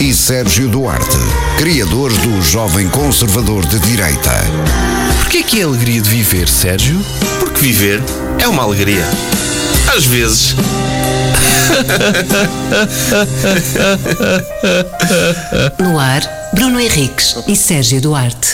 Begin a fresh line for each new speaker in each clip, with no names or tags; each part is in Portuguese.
e Sérgio Duarte, criadores do Jovem Conservador de Direita.
Porquê que é a alegria de viver, Sérgio?
Porque viver é uma alegria. Às vezes.
No ar, Bruno Henriques e Sérgio Duarte.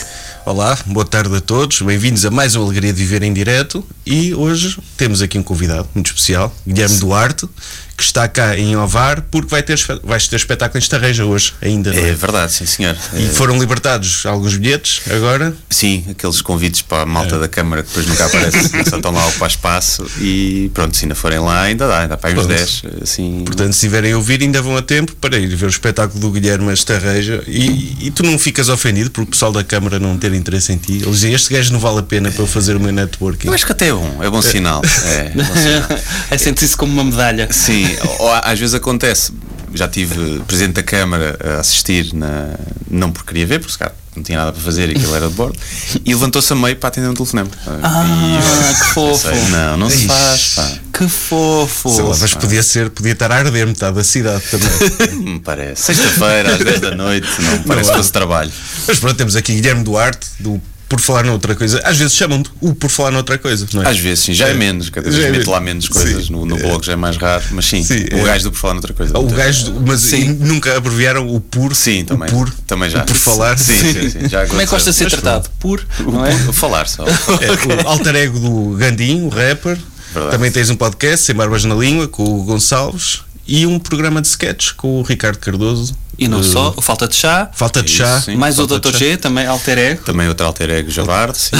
Olá, boa tarde a todos, bem-vindos a mais uma Alegria de Viver em Direto e hoje temos aqui um convidado muito especial, Guilherme Duarte, que está cá em Ovar porque vai ter, vai ter espetáculo em Estarreja hoje ainda. não
É verdade, sim senhor.
E
Eh,
foram libertados alguns bilhetes agora.
Sim, aqueles convites para a malta da Câmara que depois nunca aparece, só estão lá para espaço e pronto, se ainda forem lá ainda dá, ainda paga os
Pronto.
10. Assim,
Portanto, se estiverem a ouvir, ainda vão a tempo para ir ver o espetáculo do Guilherme Estarreja. E, e tu não ficas ofendido porque o pessoal da Câmara não ter interesse em ti. Eles dizem: Este gajo não vale a pena para eu fazer o meu networking.
eu acho que até é bom, é bom sinal. É, bom sinal.
é sentir-se como uma medalha.
Sim, ou a- às vezes acontece. Já tive presidente da Câmara a assistir, na, não porque queria ver, porque se calhar não tinha nada para fazer e aquilo era de bordo, e levantou-se a meio para atender um telefonema.
Ah,
E eu
que fofo.
pensei, não, não se faz, pá.
Que fofo.
Sei lá, mas podia ser, podia estar a arder metade da cidade também.
Me parece. Sexta-feira, às 10 da noite, não parece que fosse trabalho.
mas pronto, temos aqui Guilherme Duarte, do Por Falar Noutra Coisa. Às vezes chamam-te o Por Falar Noutra Coisa, não é?
Às vezes, sim, já é menos, cada
Já é
vez mete lá
menos.
menos coisas
Sim.
no, no blog, já é mais raro, mas sim,
Sim,
o
é.
gajo do por falar noutra coisa.
O
Outra-
gajo, mas e nunca abreviaram o por,
Sim, também.
o por,
também já.
o por falar.
Sim, sim, sim, já
Como é que gosta de ser
aconteceu.
tratado? Por, não é?
Mas, pô, Falar só.
É, o alter ego do Gandim, o rapper.
Verdade.
Também tens um podcast, Sem Barbas na Língua, com o Gonçalves. E um programa de sketches com o Ricardo Cardoso.
E não
Eh,
só, o falta de chá,
Falta de
Isso,
chá.
Uh. sim.
mais um. o
falta de
Dr. G, também alter ego.
Também outro alter ego, Javarde, sim.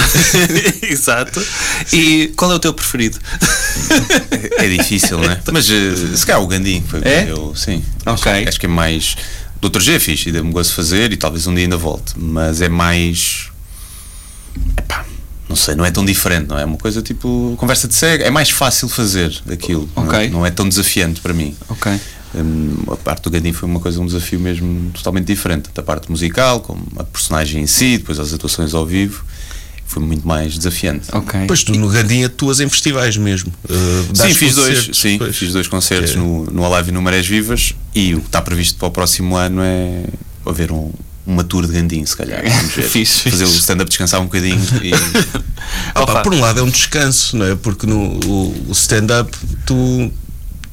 Exato. E qual é o teu preferido?
É difícil, não é? Mas eh, se calhar o Gandim foi o
Então. É?
que eu. Sim.
Ok.
Acho, acho que é mais. Do outro G é fixe, ainda me gosto de fazer e talvez um dia ainda volte. Mas é mais. Epá, não sei, não é tão diferente, não é? É uma coisa tipo. Conversa de cego. É mais fácil fazer aquilo. não é?
Ok.
Não, é tão desafiante para mim.
Ok.
Hum, a parte do Gandim foi uma coisa, um desafio mesmo totalmente diferente, tanto a parte musical, como a personagem em si, depois as atuações ao vivo, foi muito mais desafiante.
Ok.
Pois tu no Gandim atuas em festivais mesmo. eh, dás
Sim, fiz dois,
concertos,
sim,
pois.
fiz dois concertos
É.
no, no Alive e no Marés Vivas e o que está previsto para o próximo ano é haver um, uma tour de Gandim, se calhar. Vamos ver.
Fixe, fixe.
Fazer o stand-up descansar um bocadinho e
Ah, pá,
Opa.
por um lado é um descanso, não é? Porque no o- o stand-up tu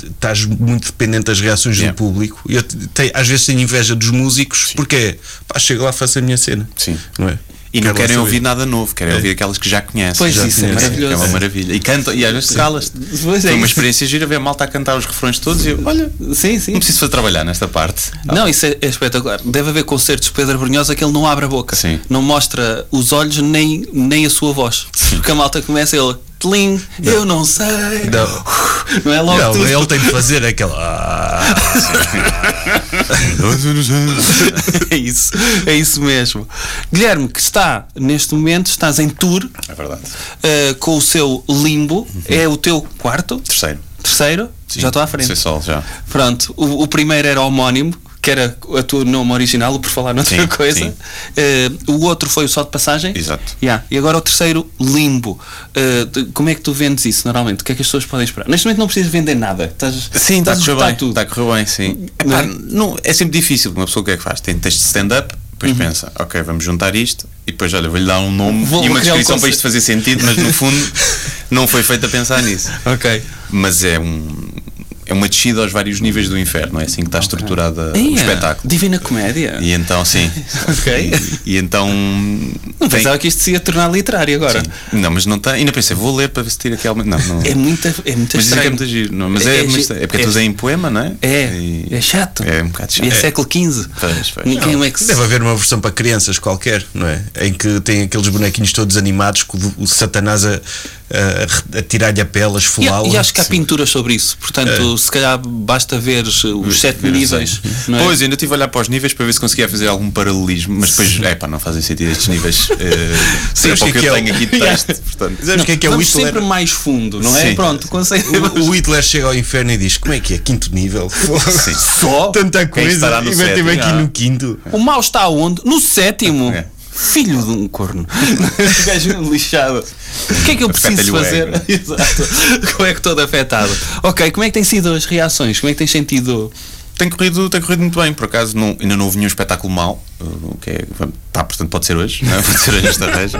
estás muito dependente das reações
Yeah.
do público. E Eu te- te- às vezes tenho inveja dos músicos porque é pá, chego lá, faço a minha cena.
Sim.
Não é?
E
Quero
não
lá
querem
saber.
ouvir nada novo, querem ouvir aquelas que já conhecem.
É. Pois,
já
isso é
conhecem,
maravilhoso.
É uma maravilha. E cantam, e às vezes calas-te.
Pois é
Foi uma
isso.
experiência gira ver a malta a cantar os refrões todos e eu, olha,
Sim, sim.
não preciso fazer trabalhar nesta parte. Ah,
Não, isso é, é espetacular. Deve haver concertos de Pedro Brunhosa que ele não abre a boca.
Sim.
Não mostra os olhos nem, nem a sua voz. Porque a malta começa ele. Tling, eu não sei.
Não.
Não é logo
Não,
tudo.
ele tem de fazer aquela. "Ah",
É isso, é isso mesmo. Guilherme, que está neste momento, estás em tour
É verdade.
eh, com o seu limbo. É o teu quarto?
Terceiro.
Terceiro?
Sim.
Já estou à frente.
Sei sol, já.
Pronto, o, o primeiro era homónimo, que era o teu nome original, por falar noutra
Sim,
coisa.
sim.
Eh, o outro foi o só de passagem.
Exato.
Yeah. E agora o terceiro, limbo. Eh, de- como é que tu vendes isso normalmente? O que é que as pessoas podem esperar? Neste momento não precisas vender nada. Estás,
Sim, está a
estás
correr
esgotar
Tá bem.
tá tudo.
Está a correr bem, sim.
Não é?
Epá, não, é sempre difícil. Uma pessoa o que é que faz? Tem texto de stand-up,
Uhum.
depois pensa, ok, vamos juntar isto e depois, olha, vou-lhe dar um nome
Vou-
e
vou
uma
criar um
descrição para
conceito.
isto fazer sentido, mas no fundo não foi feito a pensar nisso.
Ok.
Mas é um. É uma descida aos vários níveis do inferno, é assim que está estruturada o
Yeah.
espetáculo.
Divina Comédia.
E então, sim.
Ok.
E, e então.
Não
tem-
pensava que isto se ia tornar literário agora.
Sim. Não, mas não tem. Ainda pensei, vou ler para ver se tira aqui alguma. Não, não.
É muita. É muito
mas dizem que é
estranho.
muito giro. Não, mas é,
É- é
mas
gi-
é porque
é-
tu usas em poema, não é?
É,
E-
é chato.
É um bocado chato.
E é,
É.
século XV.
Pois, pois.
Ninguém é que se-
Deve haver uma versão para crianças qualquer, não é? Em que tem aqueles bonequinhos todos animados com o- o Satanás a, a- a tirar-lhe a pele, a
E, há-
esfolá-la.
e acho que há
Sim.
pinturas sobre isso. Portanto, se calhar basta ver os sete
Ver os
níveis.
seis.
não é?
Pois, eu ainda estive a olhar para os níveis para ver se conseguia fazer algum paralelismo, mas depois, é pá, não fazem sentido estes níveis. Uh,
Sabes
para o que
que
eu
é o-
tenho aqui de texto. portanto.
Sabes o que é que é o
Vamos
Hitler?
sempre mais fundo, não é?
Sim.
Pronto, consegue.
O, o Hitler chega ao inferno e diz: Como é que é? Quinto nível?
Só?
Tanta
Quem
coisa.
estará no
E mete-me
sétimo?
aqui
Ah.
no quinto.
O mal está onde? No sétimo.
É.
Filho de um corno. O gajo lixado. O que é que eu preciso
Afeta-lhe o
fazer?
ego.
Exato. Como é que todo afetado? Ok, como é que têm sido as reações? Como é que tens sentido
tem corrido, tem corrido muito bem, por acaso não, ainda não houve nenhum espetáculo mau, uh, o que é, vamos- tá, portanto pode ser hoje, não é? pode ser hoje a estratégia.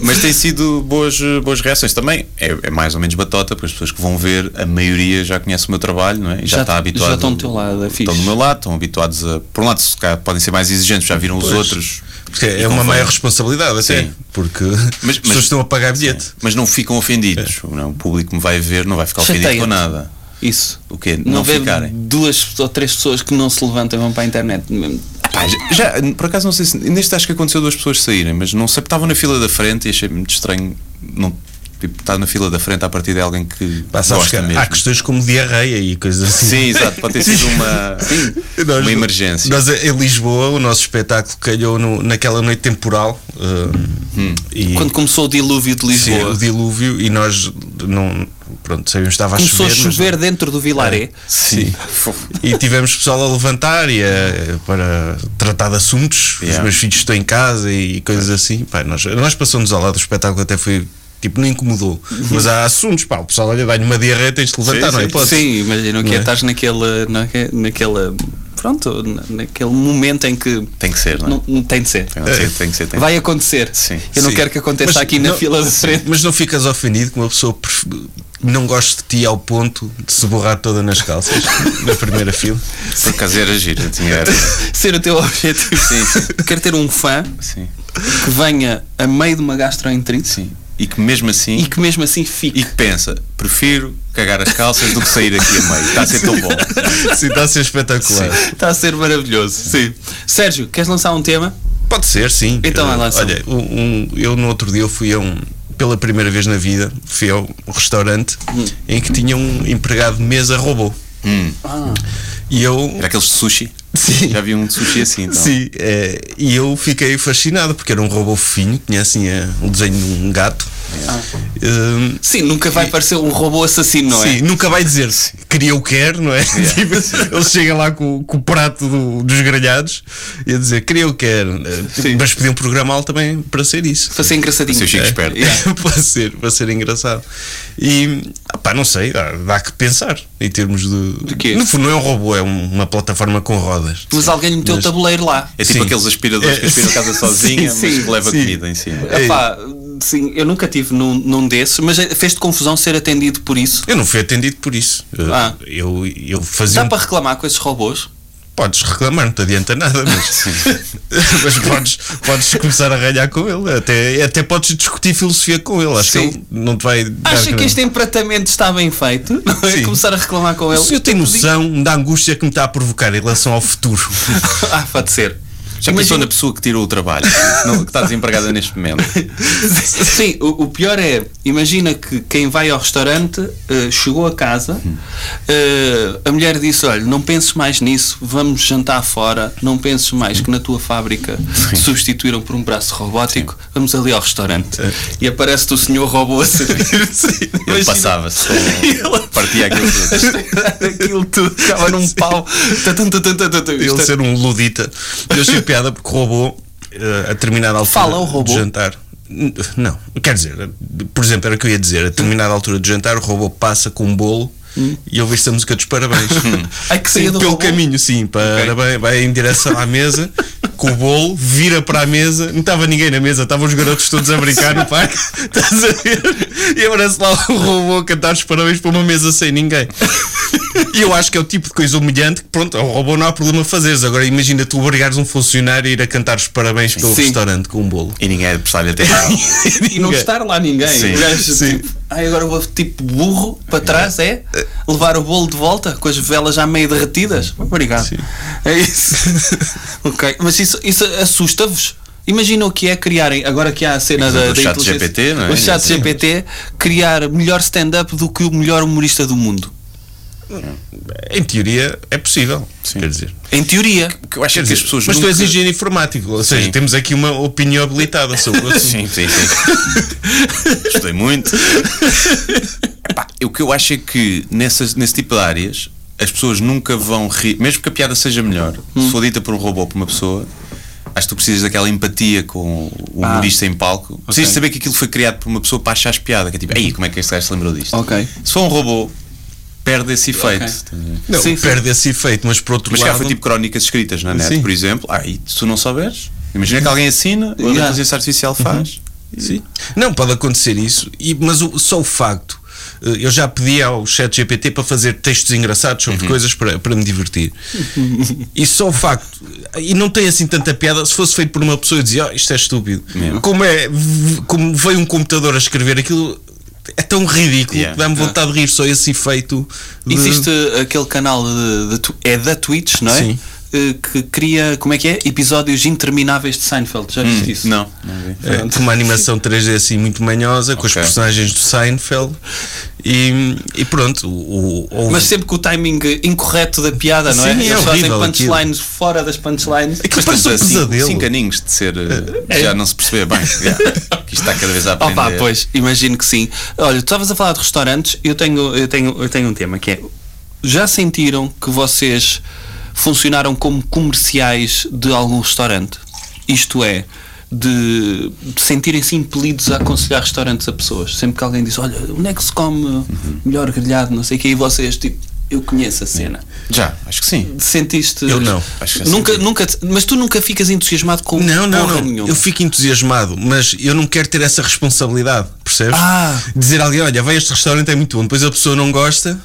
Mas tem sido boas, eh, boas reações também. É, é mais ou menos batota, porque as pessoas que vão ver, a maioria já conhece o meu trabalho, não é? E já,
Já-
está habituado.
já estão do teu lado, é fixe.
Estão do meu lado, estão habituados a. Por um lado, se calhar podem ser mais exigentes, já viram os outros.
Porque
E
é uma
convém.
maior responsabilidade, até.
Sim.
Porque
mas-
as pessoas estão a pagar bilhete.
Mas não ficam ofendidos.
É.
Não, o público me vai ver, não vai ficar ofendido com
Chateia-te.
nada.
Isso.
O quê?
Não,
Não
vê
ficarem.
duas ou três pessoas que não se levantam e vão para a internet. mesmo.
Pá, já, já- por acaso não sei se. Neste acho que aconteceu duas pessoas saírem, mas não sei, porque estavam na fila da frente e achei muito estranho. Não, tipo, estar na fila da frente à partida de alguém que
Pá, sabes
gosta
que é há-
mesmo.
há questões como diarreia e coisas assim.
Sim, exato, pode ter sido uma,
Nós-
uma emergência.
Nós em Lisboa, o nosso espetáculo calhou no- naquela noite temporal. uh, e-
Quando começou o dilúvio de
sim,
Lisboa,
o dilúvio e nós não. Pronto, sabíamos que estava a
começou
chover.
a
mas-
chover É. dentro do Vilaré.
Sim. e tivemos pessoal a levantar e a- para tratar de assuntos. Os
Yeah.
meus filhos estão em casa e coisas assim. Pá, nós, nós passamos ao lado do espetáculo, até foi. Tipo, não incomodou. Mas há assuntos, pá, o pessoal olha, dá-lhe uma diarreia, tens de levantar, não é? Hipótese.
Uhum. Sim, imagina que
Não
é?
é?
estás naquela, naque- naquela. Pronto, na- naquele momento em que.
Tem que ser, não é?
não- não tem de ser.
Tem que
É.
ser, tem que ser. Tem que
Vai acontecer.
Sim.
Eu não
Sim.
quero que aconteça
Mas
aqui na
não-
fila da frente.
Mas não ficas ofendido que uma pessoa pref- não goste de ti ao ponto de se borrar toda nas calças na primeira fila?
Por acaso era giro, eu tinha era.
Ser o teu objetivo.
Sim, sim.
Quero ter um fã
Sim,
que venha a meio de uma gastroenterite
sim. E que mesmo assim.
e que mesmo assim fique.
E que pensa, prefiro cagar as calças do que sair aqui a meio. Está a ser tão bom.
Sim, está a ser espetacular.
Está a ser maravilhoso. Sim. Sérgio, queres lançar um tema?
Pode ser, sim.
Então, vai lá, Sam.
Olha, um, um- eu no outro dia eu fui a um. Pela primeira vez na vida, fui ao restaurante em que tinha um empregado de mesa robô. Ah. E eu.
Era aqueles de sushi.
Sim.
Já vi um de sushi assim. Então.
Sim, eh, e eu fiquei fascinado porque era um robô fofinho, tinha assim eh, um desenho de um gato. Ehm,
Sim, nunca vai parecer um robô assassino, não
Sim,
é?
nunca vai dizer-se queria ou quer, não é? Tipo, ele chega lá com, com o prato do- dos grelhados e a dizer queria ou quer. Eh, Mas podiam programá-lo também para ser isso.
Para ser engraçadinho.
Para ser o Chico
É.
Esperto.
Yeah.
para, ser, para ser engraçado. E pá, não sei, dá, dá que pensar em termos de.
De quê?
No fundo, não é um robô, é um- uma plataforma com rodas.
Mas alguém lhe meteu o tabuleiro lá.
É tipo
Sim.
aqueles aspiradores
É,
que aspiram a casa
sim,
sozinha,
sim,
mas que leva
sim.
comida em cima.
É.
Epá, sim, eu nunca tive num, num desses, mas é- fez-te confusão ser atendido por isso.
Eu não fui atendido por isso. Eh,
Ah.
Eu, eu fazia.
Dá
um-
para reclamar com esses robôs?
Podes reclamar, não te adianta nada, mas, mas podes, podes começar a ralhar com ele. Até, até podes discutir filosofia com ele. Acho
Sim.
que ele não te vai. dar
Acha que
grande-
este é um empratamento está bem feito? Não é?
Sim.
Começar a reclamar com ele?
Se eu tenho um noção da angústia que me está a provocar em relação ao futuro.
ah, pode ser.
Já pensou na pessoa que tirou o trabalho, não, que está desempregada neste momento.
Sim, o, o pior é, imagina que quem vai ao restaurante eh, chegou a casa, eh, a mulher disse: Olha, não penses mais nisso, vamos jantar fora, não penses mais que na tua fábrica te substituíram por um braço robótico, vamos ali ao restaurante. E aparece-te o senhor robô a servir.
Ele passava-se.
Ele-
Partia aquilo tudo.
Aquilo tudo ficava num pau. Tatum, tatum, tatum, tatum.
ele
Isto é-
ser um ludita. Eu achei piada porque o robô, eh, a determinada altura
Fala o robô?
de jantar. N- Não, quer dizer, por exemplo, era o que eu ia dizer. A determinada altura de jantar, o robô passa com um bolo. E eu vejo a música dos parabéns.
Hum. Ai, que
Sim,
saída do
pelo
robô.
caminho, sim. Parabéns, vai em direção à mesa, com o bolo, vira para a mesa. Não estava ninguém na mesa, estavam os garotos todos a brincar no parque. Estás a ver? E aparece lá o robô a cantar os parabéns para uma mesa sem ninguém. E eu acho que é o tipo de coisa humilhante que, pronto, ao robô não há problema fazeres. Agora imagina tu obrigares um funcionário a ir a cantar os parabéns pelo
Sim.
restaurante com um bolo.
E ninguém é de prestar-lhe atenção.
e não
Ninguém.
estar lá ninguém.
Sim.
O gajo,
Sim.
tipo, ai, agora vou tipo burro para trás, é? Levar o bolo de volta com as velas já meio derretidas? Obrigado. É isso. ok, mas isso, isso assusta-vos? Imagina o que é criarem, agora que há a cena
Por exemplo,
da,
o
da
chat
inteligência-
GPT, não é?
O chat GPT, criar melhor stand-up do que o melhor humorista do mundo.
Em teoria é possível. Quer dizer,
Em teoria.
Porque eu
Quer
acho é que
dizer,
as pessoas
mas tu
nunca...
és engenheiro informático, ou seja,
Sim.
temos aqui uma opinião habilitada sobre o assunto.
Sim, sim, sim. Gostei muito. Epá, o que eu acho é que nessas, nesse tipo de áreas as pessoas nunca vão rir, mesmo que a piada seja melhor,
Hum.
se for dita por um robô ou por uma pessoa, acho que tu precisas daquela empatia com o
Ah.
humorista em palco. Precisas saber que aquilo foi criado por uma pessoa para achares piada, que é tipo, ei, como é que este gajo se lembrou disto?
Ok.
Se for um robô, perde esse efeito.
Não,
Sim, sim.
perde esse efeito, mas por outro
Mas cá
lado.
foi tipo crónicas escritas na net,
Sim.
por exemplo. Ah, e se tu não souberes, imagina que alguém assina, ou a
Yeah.
inteligência artificial faz.
Sim. Não, pode acontecer isso, e, mas o- só o facto. eh, Eu já pedi ao chat GPT para fazer textos engraçados sobre coisas para, para me divertir. E só o facto. E não tem assim tanta piada. Se fosse feito por uma pessoa, eu dizia: oh, isto é estúpido.
Yeah.
Como, é, v- como veio um computador a escrever aquilo, é tão ridículo
Yeah.
que dá-me vontade de rir. Só esse efeito. de-
Existe aquele canal de, de tu- é da Twitch, não é?
Sim.
Eh, Que cria, como é que é? Episódios intermináveis de Seinfeld. Já viste isso?
Hum, Não, não vi.
É, de uma animação 3D assim muito manhosa com os
Ok.
personagens do Seinfeld e, e pronto o, o- o-
Mas sempre com o timing incorreto da piada, não é?
Sim, é
Eles fazem
horrível
punchlines fora das punchlines.
Aquilo
Mas
parece
estamos
um
a cinco-
pesadelo
cinco aninhos de ser. eh,
É.
Já não se perceber bem. Yeah. Que isto está cada vez a aprender.
Opa, pois, imagino que sim. Olha, tu estavas a falar de restaurantes, eu tenho, eu, tenho, eu tenho um tema que é: já sentiram que vocês funcionaram como comerciais de algum restaurante? Isto é, de, de sentirem-se impelidos a aconselhar restaurantes a pessoas. Sempre que alguém diz, olha, onde é que se come melhor grelhado, não sei o que, e vocês, tipo, eu conheço a cena.
Já, acho que sim.
Sentiste.
Eu não.
Acho que já
Nunca,
senti.
nunca, mas tu nunca ficas entusiasmado com
não, não,
porra
não.
nenhuma.
eu fico entusiasmado mas eu não quero ter essa responsabilidade percebes?
Ah.
dizer a alguém olha vai a este restaurante é muito bom depois a pessoa não gosta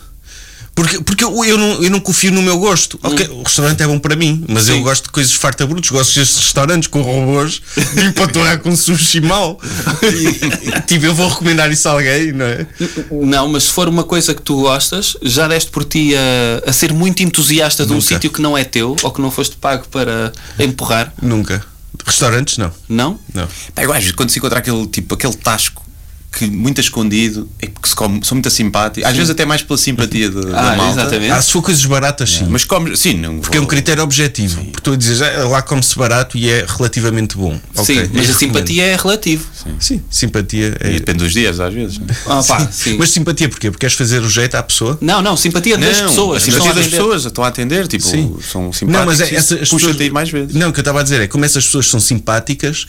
porque, porque eu, eu não, eu não confio no meu gosto. Ok, o restaurante é bom para mim, mas eu
Hum. Sim.
gosto de coisas fartabrutos. Gosto destes restaurantes com robôs e empatoar com sushi mau. E, e, tipo, eu vou recomendar isso a alguém, não é?
Não, mas se for uma coisa que tu gostas, já deste por ti a, a ser muito entusiasta de um
Nunca.
sítio que não é teu ou que não foste pago para empurrar,
Nunca. Restaurantes, não.
não?
Não.
Pá, eu acho que quando se encontra aquele tipo, aquele tasco que muito escondido, é que se come, sou muito simpático, às vezes até mais pela simpatia da, da
Ah,
malta.
exatamente.
Ah, se for coisas baratas, sim.
Mas comes, sim, não
Porque é um
vou-
critério objetivo. Porque tu dizes, ah, lá come-se barato e é relativamente bom. Ok,
Sim, mas
eu
a simpatia é relativo.
recomendo. Sim, simpatia é.
E depende dos dias, às vezes. né?
Ah, pá, sim.
Mas simpatia porquê? Porque queres fazer o jeito à pessoa?
não, não, simpatia das
Não,
pessoas.
a
que estão
simpatia
a
das
vender.
pessoas, estão a atender, tipo, são simpáticos.
Não, mas é,
isso
essas
puxa-te
pessoas-
a ir mais vezes.
Não, o que eu estava a dizer é como essas pessoas são simpáticas.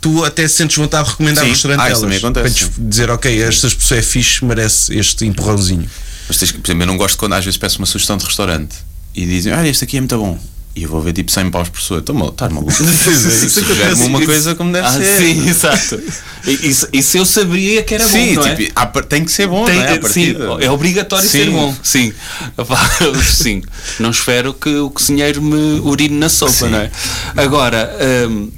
Tu até sentes vontade de recomendar o
Sim.
restaurante
Ah, isso
delas.
também acontece,
para lhes dizer, ok, esta pessoa é fixe, merece este empurrãozinho.
Mas tens que- por exemplo, eu não gosto quando às vezes peço uma sugestão de restaurante e dizem, olha, este aqui é muito bom. E eu vou ver tipo 100 paus por pessoa. Estou mal- estás maluco. Sugere-me é uma coisa como deve
Ah,
ser.
sim, exato. E- Isso, isso eu sabia que era
Sim,
bom, não é?
tipo, à par- tem que ser bom,
Tem-
não é? À
sim,
partida.
é obrigatório
Sim.
ser bom. Sim. Opá, sim. Não espero que o cozinheiro me urine na sopa,
Sim.
não é? Agora, hum,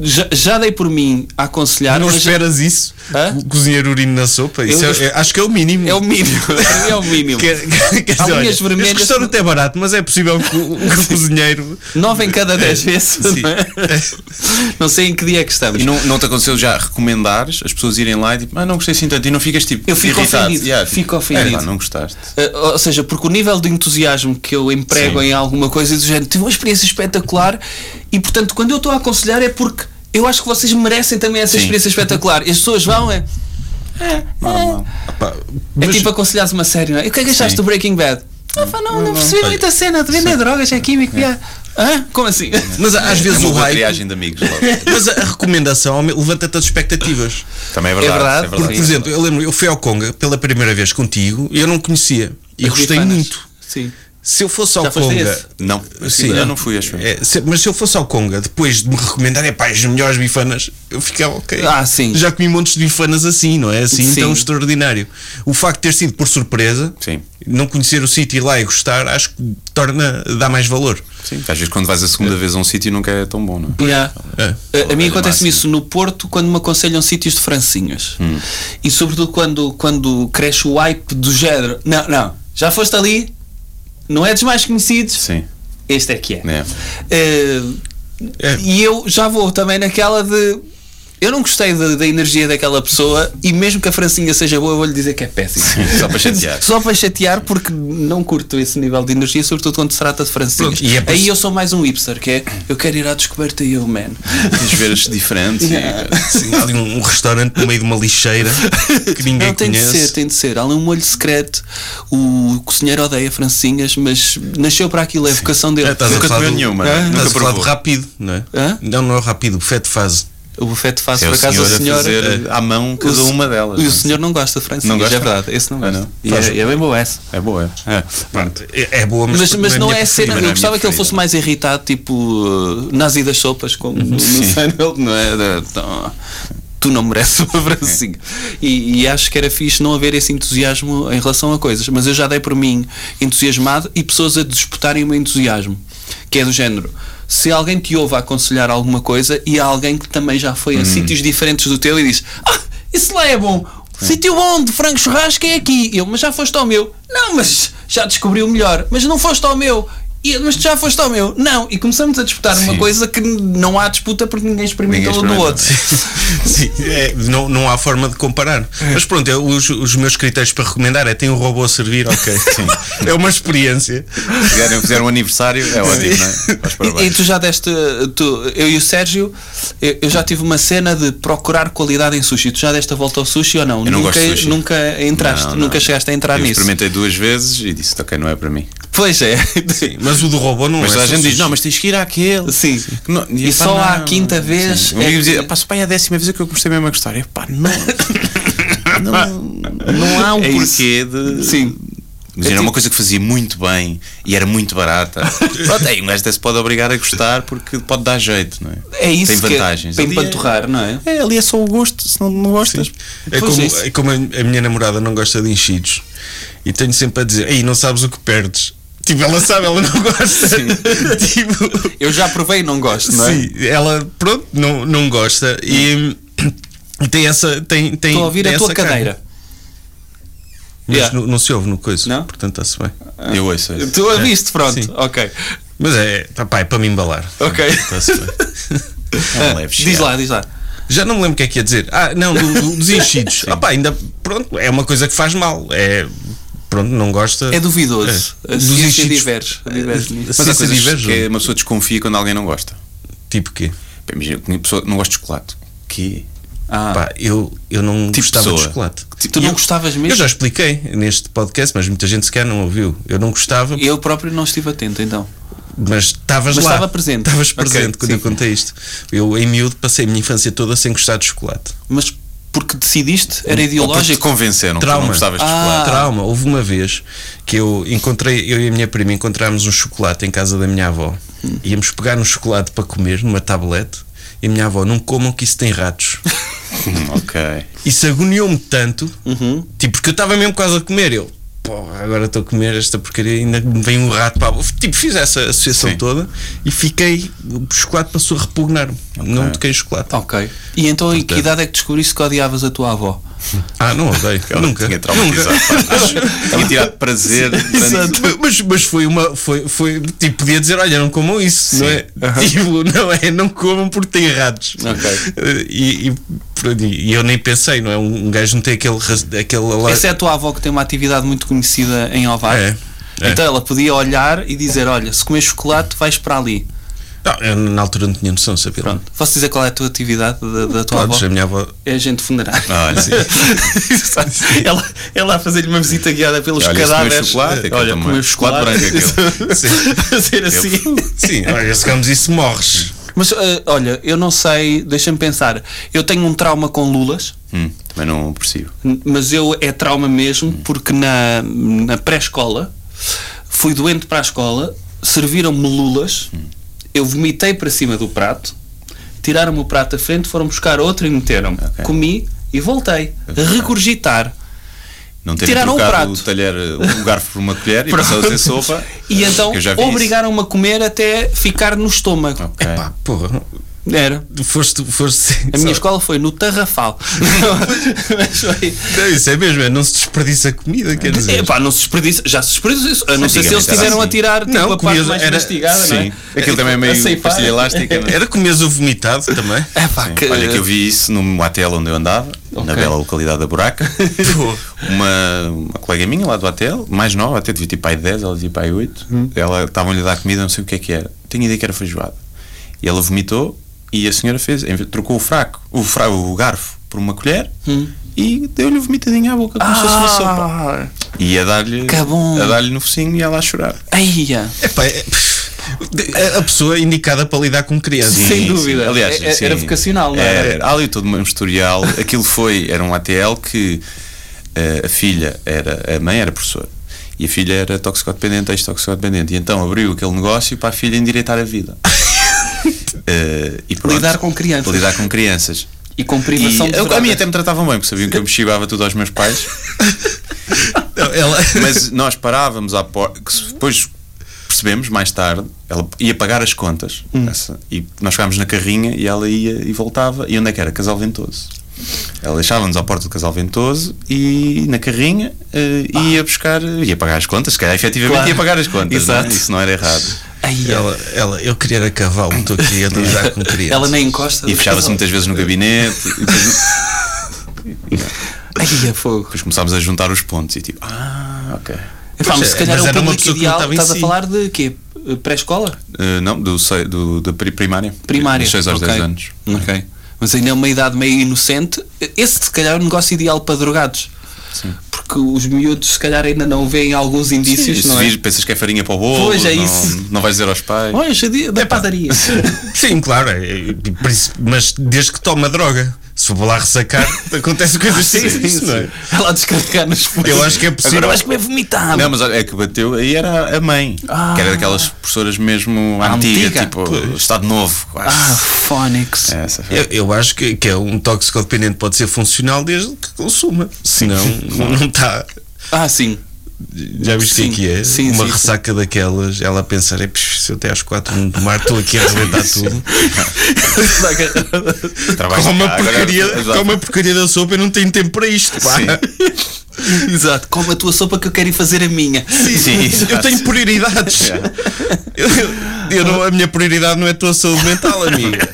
já, já dei por mim a aconselhar,
não
Ah, mas
esperas isso?
Hã?
O cozinheiro urino na sopa? Isso
Eu-
é- é- acho que é o mínimo.
é o mínimo. É o mínimo.
Que- é- que- que-
Há
olha,
linhas vermelhas-
Este restaurante é barato, mas é possível que o, que o cozinheiro.
Nove em cada dez vezes.
Sim.
Não, é? Não sei em que dia é que estamos.
E não, não te aconteceu já recomendares as pessoas irem lá e tipo, ah, não gostei assim tanto. E não ficas tipo,
Eu fico
irritado.
ofendido,
Yeah, tipo,
fico ofendido.
"É, pá, não gostaste.
Uh, ou seja, porque o nível de entusiasmo que eu emprego em alguma coisa é do género, tive uma experiência espetacular e portanto quando eu estou a aconselhar é porque eu acho que vocês merecem também essa
Sim.
experiência espetacular. E as pessoas vão, é,
Normal.
Pá,
é
mas-
tipo aconselhares uma série, não é? E o que é que achaste do Breaking Bad? Ah, pá, não, não percebi muito a cena de vender drogas, é químico, é. Hã? Como assim?
mas às
É
vezes
uma
o
boa
hype.
triagem de amigos. logo.
Mas a a recomendação aume- levanta-te as expectativas.
Também é verdade.
verdade,
é
Porque, por exemplo, eu lembro, eu fui ao Conga pela primeira vez contigo e eu não conhecia. E gostei
Bifanas.
muito.
Sim.
Se eu fosse ao
Já foste esse?
Conga.
Não,
Sim,
eu
não.
não fui, acho eu.
é, se- mas se eu fosse ao Conga depois de me recomendarem pá, as melhores bifanas, eu ficava ok.
Ah, sim.
Já comi montes de bifanas assim, não é? Assim
Sim.
tão extraordinário. O facto de ter sido por surpresa,
Sim.
não conhecer o sítio e ir lá e gostar, acho que torna, dá mais valor.
Sim, às vezes quando vais a segunda vez a um sítio nunca é tão bom, não é?
Yeah.
É.
A, a mim
Talvez
acontece-me
máximo.
isso no Porto quando me aconselham sítios de francinhas.
Hum.
E sobretudo quando, quando cresce o hype do género. Não, não, já foste ali, não é dos mais conhecidos,
Sim.
este é que é.
É.
Eh,
É.
E eu já vou também naquela de. Eu não gostei da, da energia daquela pessoa e mesmo que a francinha seja boa, eu vou-lhe dizer que é péssimo.
Só para chatear.
Só para chatear porque não curto esse nível de energia, sobretudo quando se trata de francinhas.
Pronto, e é por
Aí
isso-
eu sou mais um hipster, que é eu quero ir à descoberta e eu, man.
Tens de ver as diferentes. e-
Sim, há ali um, um restaurante no meio de uma lixeira que ninguém
Não, tem
conhece.
de ser, tem de ser. Há ali um molho secreto. O cozinheiro odeia francinhas, mas nasceu para aquilo, é a vocação dele.
É, estás a
Nunca
falar
comeu
do-
nenhuma,
Hã?
nunca
Estás a falar
provou.
de rápido, não é?
Hã?
Não, não é o rápido, o buffet de fase.
O bufete faz
É o
por acaso
senhor eh,
a
a
senhora.
fazer à mão
o
cada
se-
uma delas.
E o
não é?
senhor não gosta de francês,
Não gosta?
é verdade. Esse não
Ah,
gosta.
não?
E é, é bem boa essa.
É boa, é. É. Pronto.
Ah, É, é boa, mas,
Mas, mas não
minha
é a cena.
preferida.
Eu
é a
gostava
minha
que ele
preferida.
fosse mais irritado, tipo uh, nazi das sopas, como no Seinfeld, não é? Da- da- Tu não mereces uma francinha. E, e acho que era fixe não haver esse entusiasmo em relação a coisas. Mas eu já dei por mim entusiasmado e pessoas a disputarem o meu entusiasmo. Que é do género. Se alguém te ouve a aconselhar alguma coisa e há alguém que também já foi a sítios diferentes do teu e diz: Ah, isso lá é bom. O sítio bom de frango churrasco é aqui. Eu, mas já foste ao meu. Não, mas já descobri o melhor. Mas não foste ao meu. E, mas tu já foste ao meu. Não. E começamos a disputar uma coisa que não há disputa porque ninguém
Ninguém né?
experimentou um do
experimentou.
outro.
Sim, é, não, não há forma de comparar.
É.
Mas pronto, eu- os, os meus critérios para recomendar é tem um robô a servir, ok. É uma experiência.
Fizeram, fizeram um aniversário, é ótimo, não é? Mas
E, e
parabéns.
tu já deste. tu- eu e o Sérgio, eu, eu já tive uma cena de procurar qualidade em sushi. Tu já deste a volta ao sushi ou
Eu
não?
não
nunca,
gosto de sushi.
nunca entraste,
Não, não.
nunca chegaste a entrar
Eu
nisso.
experimentei duas vezes e disse, ok, não é para mim.
Pois é.
Mas o do robô não
Mas
é.
toda a
só
gente diz,
sushi.
não, mas tens que ir àquele.
Sim.
Que não-
Então, E
epá,
só
não.
à quinta vez
Sim. Um
é
amigo
que-
dizia, pá, só pá, é a décima vez é que eu gostei mesmo a gostar. Epá, não. não, não há um
É isso.
porquê de.
Sim.
Mas era uma coisa que fazia muito bem e era muito barata. Pronto, aí um gajo até se pode obrigar a gostar porque pode dar jeito, não é?
É isso
Tem
que é-
vantagens.
Tem
Ali
para
é-
torrar, não é?
É, ali é só o gosto, se não, não gostas.
É
Pois
como,
é isso.
é como a a minha namorada não gosta de enchidos e tenho sempre a dizer, ei, não sabes o que perdes. Tipo, ela sabe, ela não gosta. tipo,
Eu já provei e não gosto, não é?
sim, ela, pronto, não, não gosta. E, e tem essa. Tem, tem,
Estou a ouvir
tem
a tua
essa carga.
cadeira.
Mas
Yeah.
não, não se ouve no coisa.
Não?
Portanto, está-se bem.
Eu ouço. ouço.
Tu a viste, pronto.
Sim.
Ok.
Mas é, pá, é para me embalar.
Ok.
Está-se bem.
É um
Ah,
leve
diz
chiado.
lá, diz lá.
Já não me lembro o que é que ia dizer. Ah, não, do- do- dos enchidos. ah, pá, ainda, pronto, é uma coisa que faz mal. É, pronto, não gosta.
É duvidoso.
É.
A
Dos
ciência
enchidos.
diverge. diverge nisso.
Mas há
Ciência
coisas
diverge. é?
que uma pessoa desconfia quando alguém não gosta.
é-
Tipo quê?
Pá, Imagina, uma pessoa não gosta de chocolate. Que
Ah. Tipo
Pá, eu, eu não gostava de
pessoa.
chocolate.
Tu não
Eu-
gostavas mesmo?
Eu já expliquei neste podcast, mas muita gente sequer não ouviu. Eu não gostava,
Eu próprio não estive atento, então.
mas estavas
Mas
lá.
estava presente.
Estavas
Ok,
presente quando
sim.
eu contei isto. Eu, em miúdo, passei a minha infância toda sem gostar de chocolate.
Mas porque decidiste, era
Ou porque te
ideológico.
convenceram que tu
Trauma.
não gostavas de
Ah.
chocolate.
Trauma. Houve uma vez que eu encontrei, eu e a minha prima encontramos um chocolate em casa da minha avó.
Hum.
Íamos pegar um chocolate para comer numa tablete e a minha avó, não comam que isso tem ratos.
Ah.
Hum, ok.
Isso agoniou-me tanto, tipo, porque eu estava mesmo quase a comer. Eu, pô, agora estou a comer esta porcaria e ainda me vem um rato para a boca. Tipo, fiz essa associação
Sim.
toda e fiquei, o chocolate passou a repugnar-me. Não toquei o chocolate.
Ok. E então, em que idade é que descobriste que odiavas a tua avó?
Ah, não odeio.
Ela
Nunca.
tinha
Nunca.
traumatizado. pá. Acho- Tinha tirado prazer.
Exato,
durante-
mas, mas foi uma. Foi, foi, tipo, podia dizer: olha, não comam isso, não é? Tipo, não é? Não comam porque tem ratos.
Ok.
E, e, pronto, e eu nem pensei, não é? Um, um gajo não tem aquele. ras- aquele ala-
Essa é a tua avó que tem uma atividade muito conhecida em Ovar.
É, é.
Então ela podia olhar e dizer: Olha, se comer chocolate, vais para ali.
Não, eu na altura não tinha noção, sabia? lá.
Pronto. Posso dizer qual é a tua atividade da, da tua
Podes, a
avó?
minha avó.
É agente funerária.
Ah, olha, sim.
Sabe? ela, ela a fazer-lhe uma visita guiada pelos
Olha, esse comeu
cadáveres.
chocolate, aquele
olha,
também.
comeu
Chocolate
chocolate.
branco,
Fazer assim.
Sim, olha, se comes isso, morres.
Mas eh, olha, eu não sei, deixa-me pensar. Eu tenho um trauma com Lulas.
Hum, também não percebo.
mas eu é trauma mesmo porque na, na pré-escola fui doente para a escola, serviram-me lulas, eu vomitei para cima do prato, tiraram-me o prato à frente, foram buscar outro e meteram-me.
Ok.
Comi e voltei. Regurgitar.
Não ter
Tiraram o
trocado o,
prato.
talher, o garfo por uma colher e
Pronto.
passou a ser sopa.
E então
Eu já vi isso.
obrigaram-me a comer até ficar no estômago.
Ok.
Pá, porra,
Era.
foste. foste
É. A minha escola foi no Tarrafal. Mas foi-
Não, isso é mesmo, é, não se desperdiça comida, quer dizer.
Epá, não se desperdiça. Já se desperdiça. A não ser
Antigamente
se eles
era
tiveram a
assim.
tirar tipo,
Não,
a parte
comia-
mais
era-
mastigada, não
Sim.
é?
Aquilo também é
A
meio
ceifar.
pastilha elástica. não é?
Era comeres o vomitado também.
É pá,
Sim.
que-
Olha, que eu vi isso num hotel onde eu andava, na bela localidade da Buraca. uma, uma colega minha lá do hotel, mais nova, até devia ter tipo pai 10, ela devia pai 8.
Uhum.
Ela estavam-lhe a dar comida, não sei o que é que era. Tinha ideia que era feijoada. E ela vomitou e a senhora fez, em vez- trocou o fraco, o, fra, o garfo por uma colher e deu-lhe vomitadinha à boca, como se fosse uma sopa.
Uhum. Ah,
E a dar-lhe
Que bom.
a dar-lhe no focinho e ela a chorar.
eia.
Epá, é, pff, A- A pessoa indicada para lidar com crianças.
Sim,
Sem
sim.
dúvida.
Aliás,
É- é-
sim.
era vocacional, não é? era?
Há ali todo um historial. Aquilo foi, era um ATL que eh, a filha era, a mãe era professora e a filha era toxicodependente, ex-toxicodependente. E então abriu aquele negócio para a filha endireitar a vida. Eh, e pronto.
Lidar com crianças.
Lidar com crianças.
E com
E
privação de
eu- a
drogas.
mim até me tratavam bem, porque sabiam que eu me chibava tudo aos meus pais.
Não, ela-
Mas nós parávamos à porta. Depois percebemos mais tarde, ela ia pagar as contas. essa, e nós chegámos na carrinha e ela ia e voltava. E onde é que era? Casal Ventoso. Ela deixava-nos à porta do Casal Ventoso e na carrinha eh, ia buscar, ia pagar as contas. Se calhar efetivamente
Claro.
ia pagar as contas. não é?
Exato.
Isso não era errado.
Ai, ela,
ela, ela, eu queria era cavalo, estou aqui a lidar com crianças.
ela nem encosta.
E fechava-se muitas vezes no gabinete. E depois,
Ai, é fogo.
depois começámos a juntar os pontos e tipo, ah, ok.
Epá, mas
é,
se calhar
mas
é o
era uma
público
pessoa que não
ideal.
estava em
Estás a
si.
falar de quê? Pré-escola?
Eh, não, do, sei- do, da pri- primária.
Primária.
Dos 6 aos
ok.
10 anos.
Ok. Mas ainda é uma idade meio inocente. Esse, se calhar, é o negócio ideal para drogados. Porque os miúdos, se calhar, ainda não veem alguns indícios,
Sim,
não
se
é?
vir, pensas que é farinha para o bolo,
Pois, é
não,
isso.
não vais dizer aos pais.
Olha, hoje é dia da padaria.
Sim, claro, é, é, por isso- mas desde que toma droga, se for para lá ressacar, acontece coisas
Ah, Sim, sim,
assim, isso, não é?
Vai lá descarregar nos folhos.
Eu acho que é possível.
Agora vais comer vomitado.
Não, mas olha, é que bateu, aí era a mãe,
Ah.
que era daquelas professoras mesmo
Ah,
antiga,
antiga.
tipo, estado novo, quase.
Ah, Fónix.
É, essa foi.
Eu, eu acho que, que é um toxicodependente pode ser funcional desde que consuma. Senão, não está.
Ah, sim.
Já viste o que é que é?
Sim, sim,
Uma
sim.
ressaca daquelas, ela a pensar, é, "Pux, se eu até às quatro não tomar, estou aqui a arrebentar tudo.
Trabalho
Com uma,
cá, agora-
é
porcaria,
Exato.
com uma porcaria da sopa, eu não tenho tempo para isto. pá.
Sim,
Exato. Come a tua sopa que eu quero ir fazer a minha.
sim,
Eu
exato.
tenho
É.
prioridades.
Yeah.
Eu, eu não- a minha prioridade não é a tua saúde mental, amiga.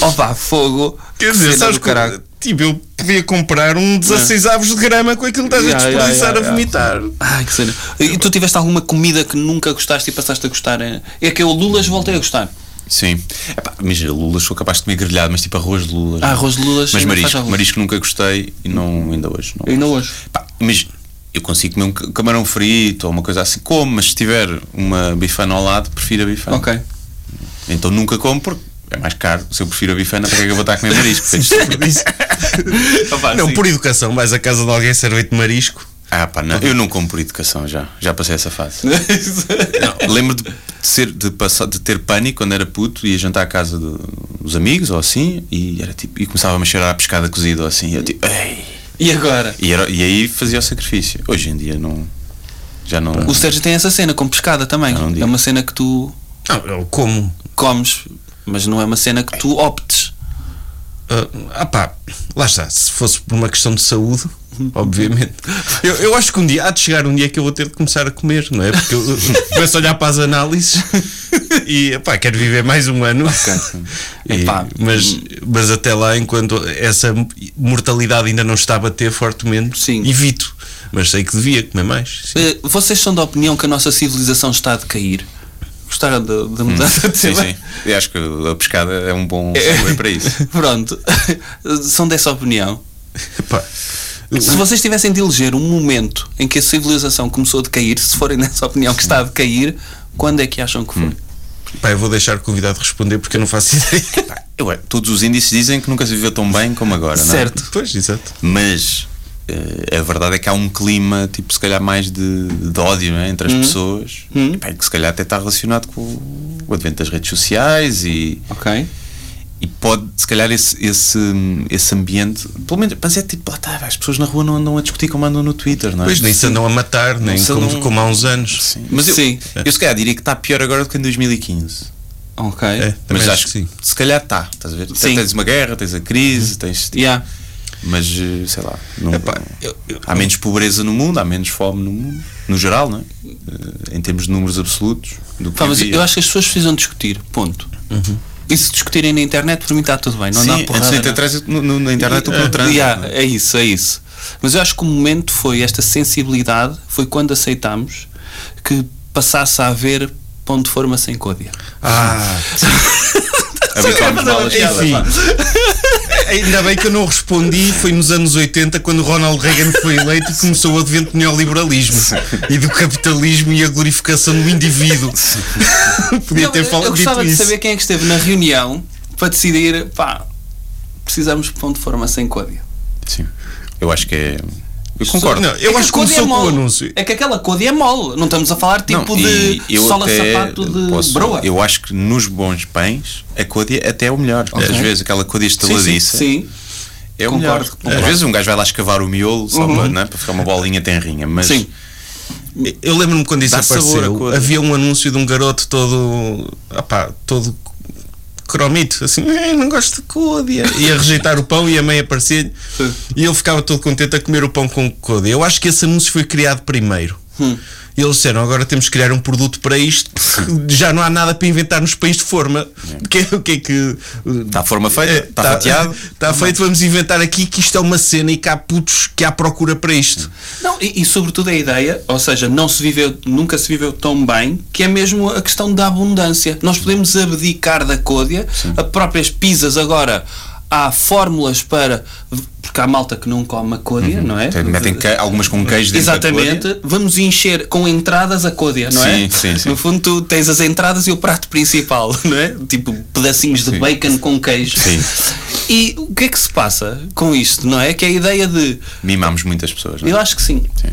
Opa, fogo.
Quer dizer,
Cena
sabes
do
que
caralho.
tipo, eu podia comprar um 16 avos de grama com aquilo que estás a
Yeah, yeah,
desperdiçar
yeah,
a vomitar.
Ai, que cena. E tu tiveste alguma comida que nunca gostaste e passaste a gostar? É, é que eu lulas voltei a gostar.
Sim. Epá, imagina, lulas, sou capaz de comer grelhado, mas tipo arroz de lulas.
Ah, arroz de lulas,
Mas
ainda faz
marisco,
algum.
marisco nunca gostei e não, ainda hoje. Não.
Ainda hoje.
Pá, mas eu consigo comer um ca- camarão frito ou uma coisa assim, como, mas se tiver uma bifana ao lado, prefiro a bifana.
Ok.
Então nunca como porque é mais caro. Se eu prefiro a bifana, para que é que eu vou estar a comer marisco? Fez desperdício.
Ah,
não, por educação, vais à casa de alguém sorvete de marisco.
Ah, pá, não. Eu não como por educação já. Já passei essa fase. Não, lembro de, ser, de, passar, de ter pânico quando era puto, ia jantar à casa do- dos amigos ou assim, e, era tipo, e começava a cheirar a pescada cozida ou assim. E eu tipo, ei.
e agora?
E, era- e aí fazia o sacrifício. Hoje em dia não. Já não.
O Sérgio tem essa cena com pescada também.
Não digo.
É uma cena que tu
Não, eu como.
comes, mas não é uma cena que tu optes.
Ah, ah pá, lá está. Se fosse por uma questão de saúde,
Uhum.
obviamente. Eu, eu acho que um dia, há de chegar um dia que eu vou ter de começar a comer, não é? Porque eu eu começo a olhar para as análises e, pá, quero viver mais um ano. E,
Epá. hum.
mas, mas até lá, enquanto essa mortalidade ainda não está a bater fortemente,
Sim.
evito. Mas sei que devia comer mais. sim.
Eh, Vocês são da opinião que a nossa civilização está a decair? Gostaram da da
Hum,
mudança de
sim,
tema?
sim. Eu acho que a pescada é um bom sabor para isso.
Pronto. São dessa opinião.
Epá.
É. Se vocês tivessem de eleger um momento em que a civilização começou a decair, se forem nessa opinião que está a decair, quando é que acham que foi?
Hum.
Pá, eu vou deixar o convidado responder porque eu não faço ideia.
Eu, é, todos os índices dizem que nunca se viveu tão bem como agora, não é?
Certo.
Pois, exato.
Mas eh, a verdade é que há um clima, tipo, se calhar mais de, de ódio não é? entre as pessoas, E, pá, que se calhar até está relacionado com o, o advento das redes sociais e,
Ok.
e pode, se calhar, esse, esse, esse ambiente. Pelo menos, mas é tipo, lá está, as pessoas na rua não andam a discutir como andam no Twitter, não é?
Pois nem se andam a matar, nem
se
como,
andam-
como há uns anos.
Mas eu,
Sim.
eu se calhar diria que está pior agora do que em 2015.
Ok.
É, também
mas acho que
sim.
se calhar está, estás a ver?
Sim. Uhum. é-
Tens uma guerra, tens a crise, tens. tipo,
Yeah.
Mas eh, sei lá, não-
Epá, eu- eu-
há menos pobreza no mundo, há menos fome no mundo, no geral, não é? Eh, Em termos de números absolutos. Do que
Pá, mas
havia.
eu acho que as pessoas precisam discutir. Ponto. E se discutirem na internet, para mim está tudo bem. Não
Uhum. Sim,
dá porrada.
antes de
não.
ter trânsito, no, no- na internet tu no trânsito.
Yeah,
não é?
é isso, é isso. Mas eu acho que o momento foi esta sensibilidade, foi quando aceitámos que passasse a haver ponto de forma sem códia.
Ah,
é
Habituámos mal as piadas,
enfim.
pá.
Ainda bem que eu não respondi, foi nos anos 80 quando Ronald Reagan foi eleito e começou o advento do neoliberalismo e do capitalismo e a glorificação do indivíduo. Podia
Eu,
ter
eu
falado
gostava
dito
de
isso.
saber quem é que esteve na reunião para decidir, pá, precisamos de pão de forma sem códia.
Sim. Eu acho que é. Eu concordo.
Não, eu
É
acho
a
que
códia
começou
é
com o
mole.
anúncio.
É que aquela códia é mole. Não estamos a falar tipo
Não,
de
e eu até
sola-sapato de
posso-
broa.
Eu acho que nos bons pães a códia até é o melhor. Às vezes aquela códia estaladiça
Sim.
é o
Concordo,
melhor.
concordo.
Às vezes um gajo vai lá escavar o miolo só para, né, para ficar uma bolinha tenrinha, mas
Sim.
Eu lembro-me quando isso
Dá sabor à
apareceu,
coisa.
havia um anúncio de um garoto todo. opá, todo cromito, assim, "Eh, não gosto de códia. Ia rejeitar o pão e a mãe aparecia
Sim.
e ele ficava todo contente a comer o pão com códia. Eu acho que esse anúncio foi criado primeiro.
Hum.
E eles disseram, agora temos que criar um produto para isto, que já não há nada para inventar nos pães de forma. O que, é- o que é que.
está a forma feita, está
Tá-
fatiado.
tá feito, vamos inventar aqui que isto é uma cena e que há putos que há procura para isto.
Não, e, e sobretudo a ideia, ou seja, não se viveu, nunca se viveu tão bem, que é mesmo a questão da abundância. Nós podemos abdicar da côdea, a próprias pizzas agora há fórmulas para porque há malta que não come a côdea, não é?
Uhum. Tem- Metem que- algumas com queijo dentro da códia.
Exatamente, vamos encher com entradas a côdea, não é?
Sim, sim, sim.
No fundo, tu tens as entradas e o prato principal, não é? Tipo pedacinhos de bacon com queijo.
Sim.
E o que é que se passa com isto, não é? Que é a ideia de
Mimámos muitas pessoas. não é?
eu acho que sim.
Sim.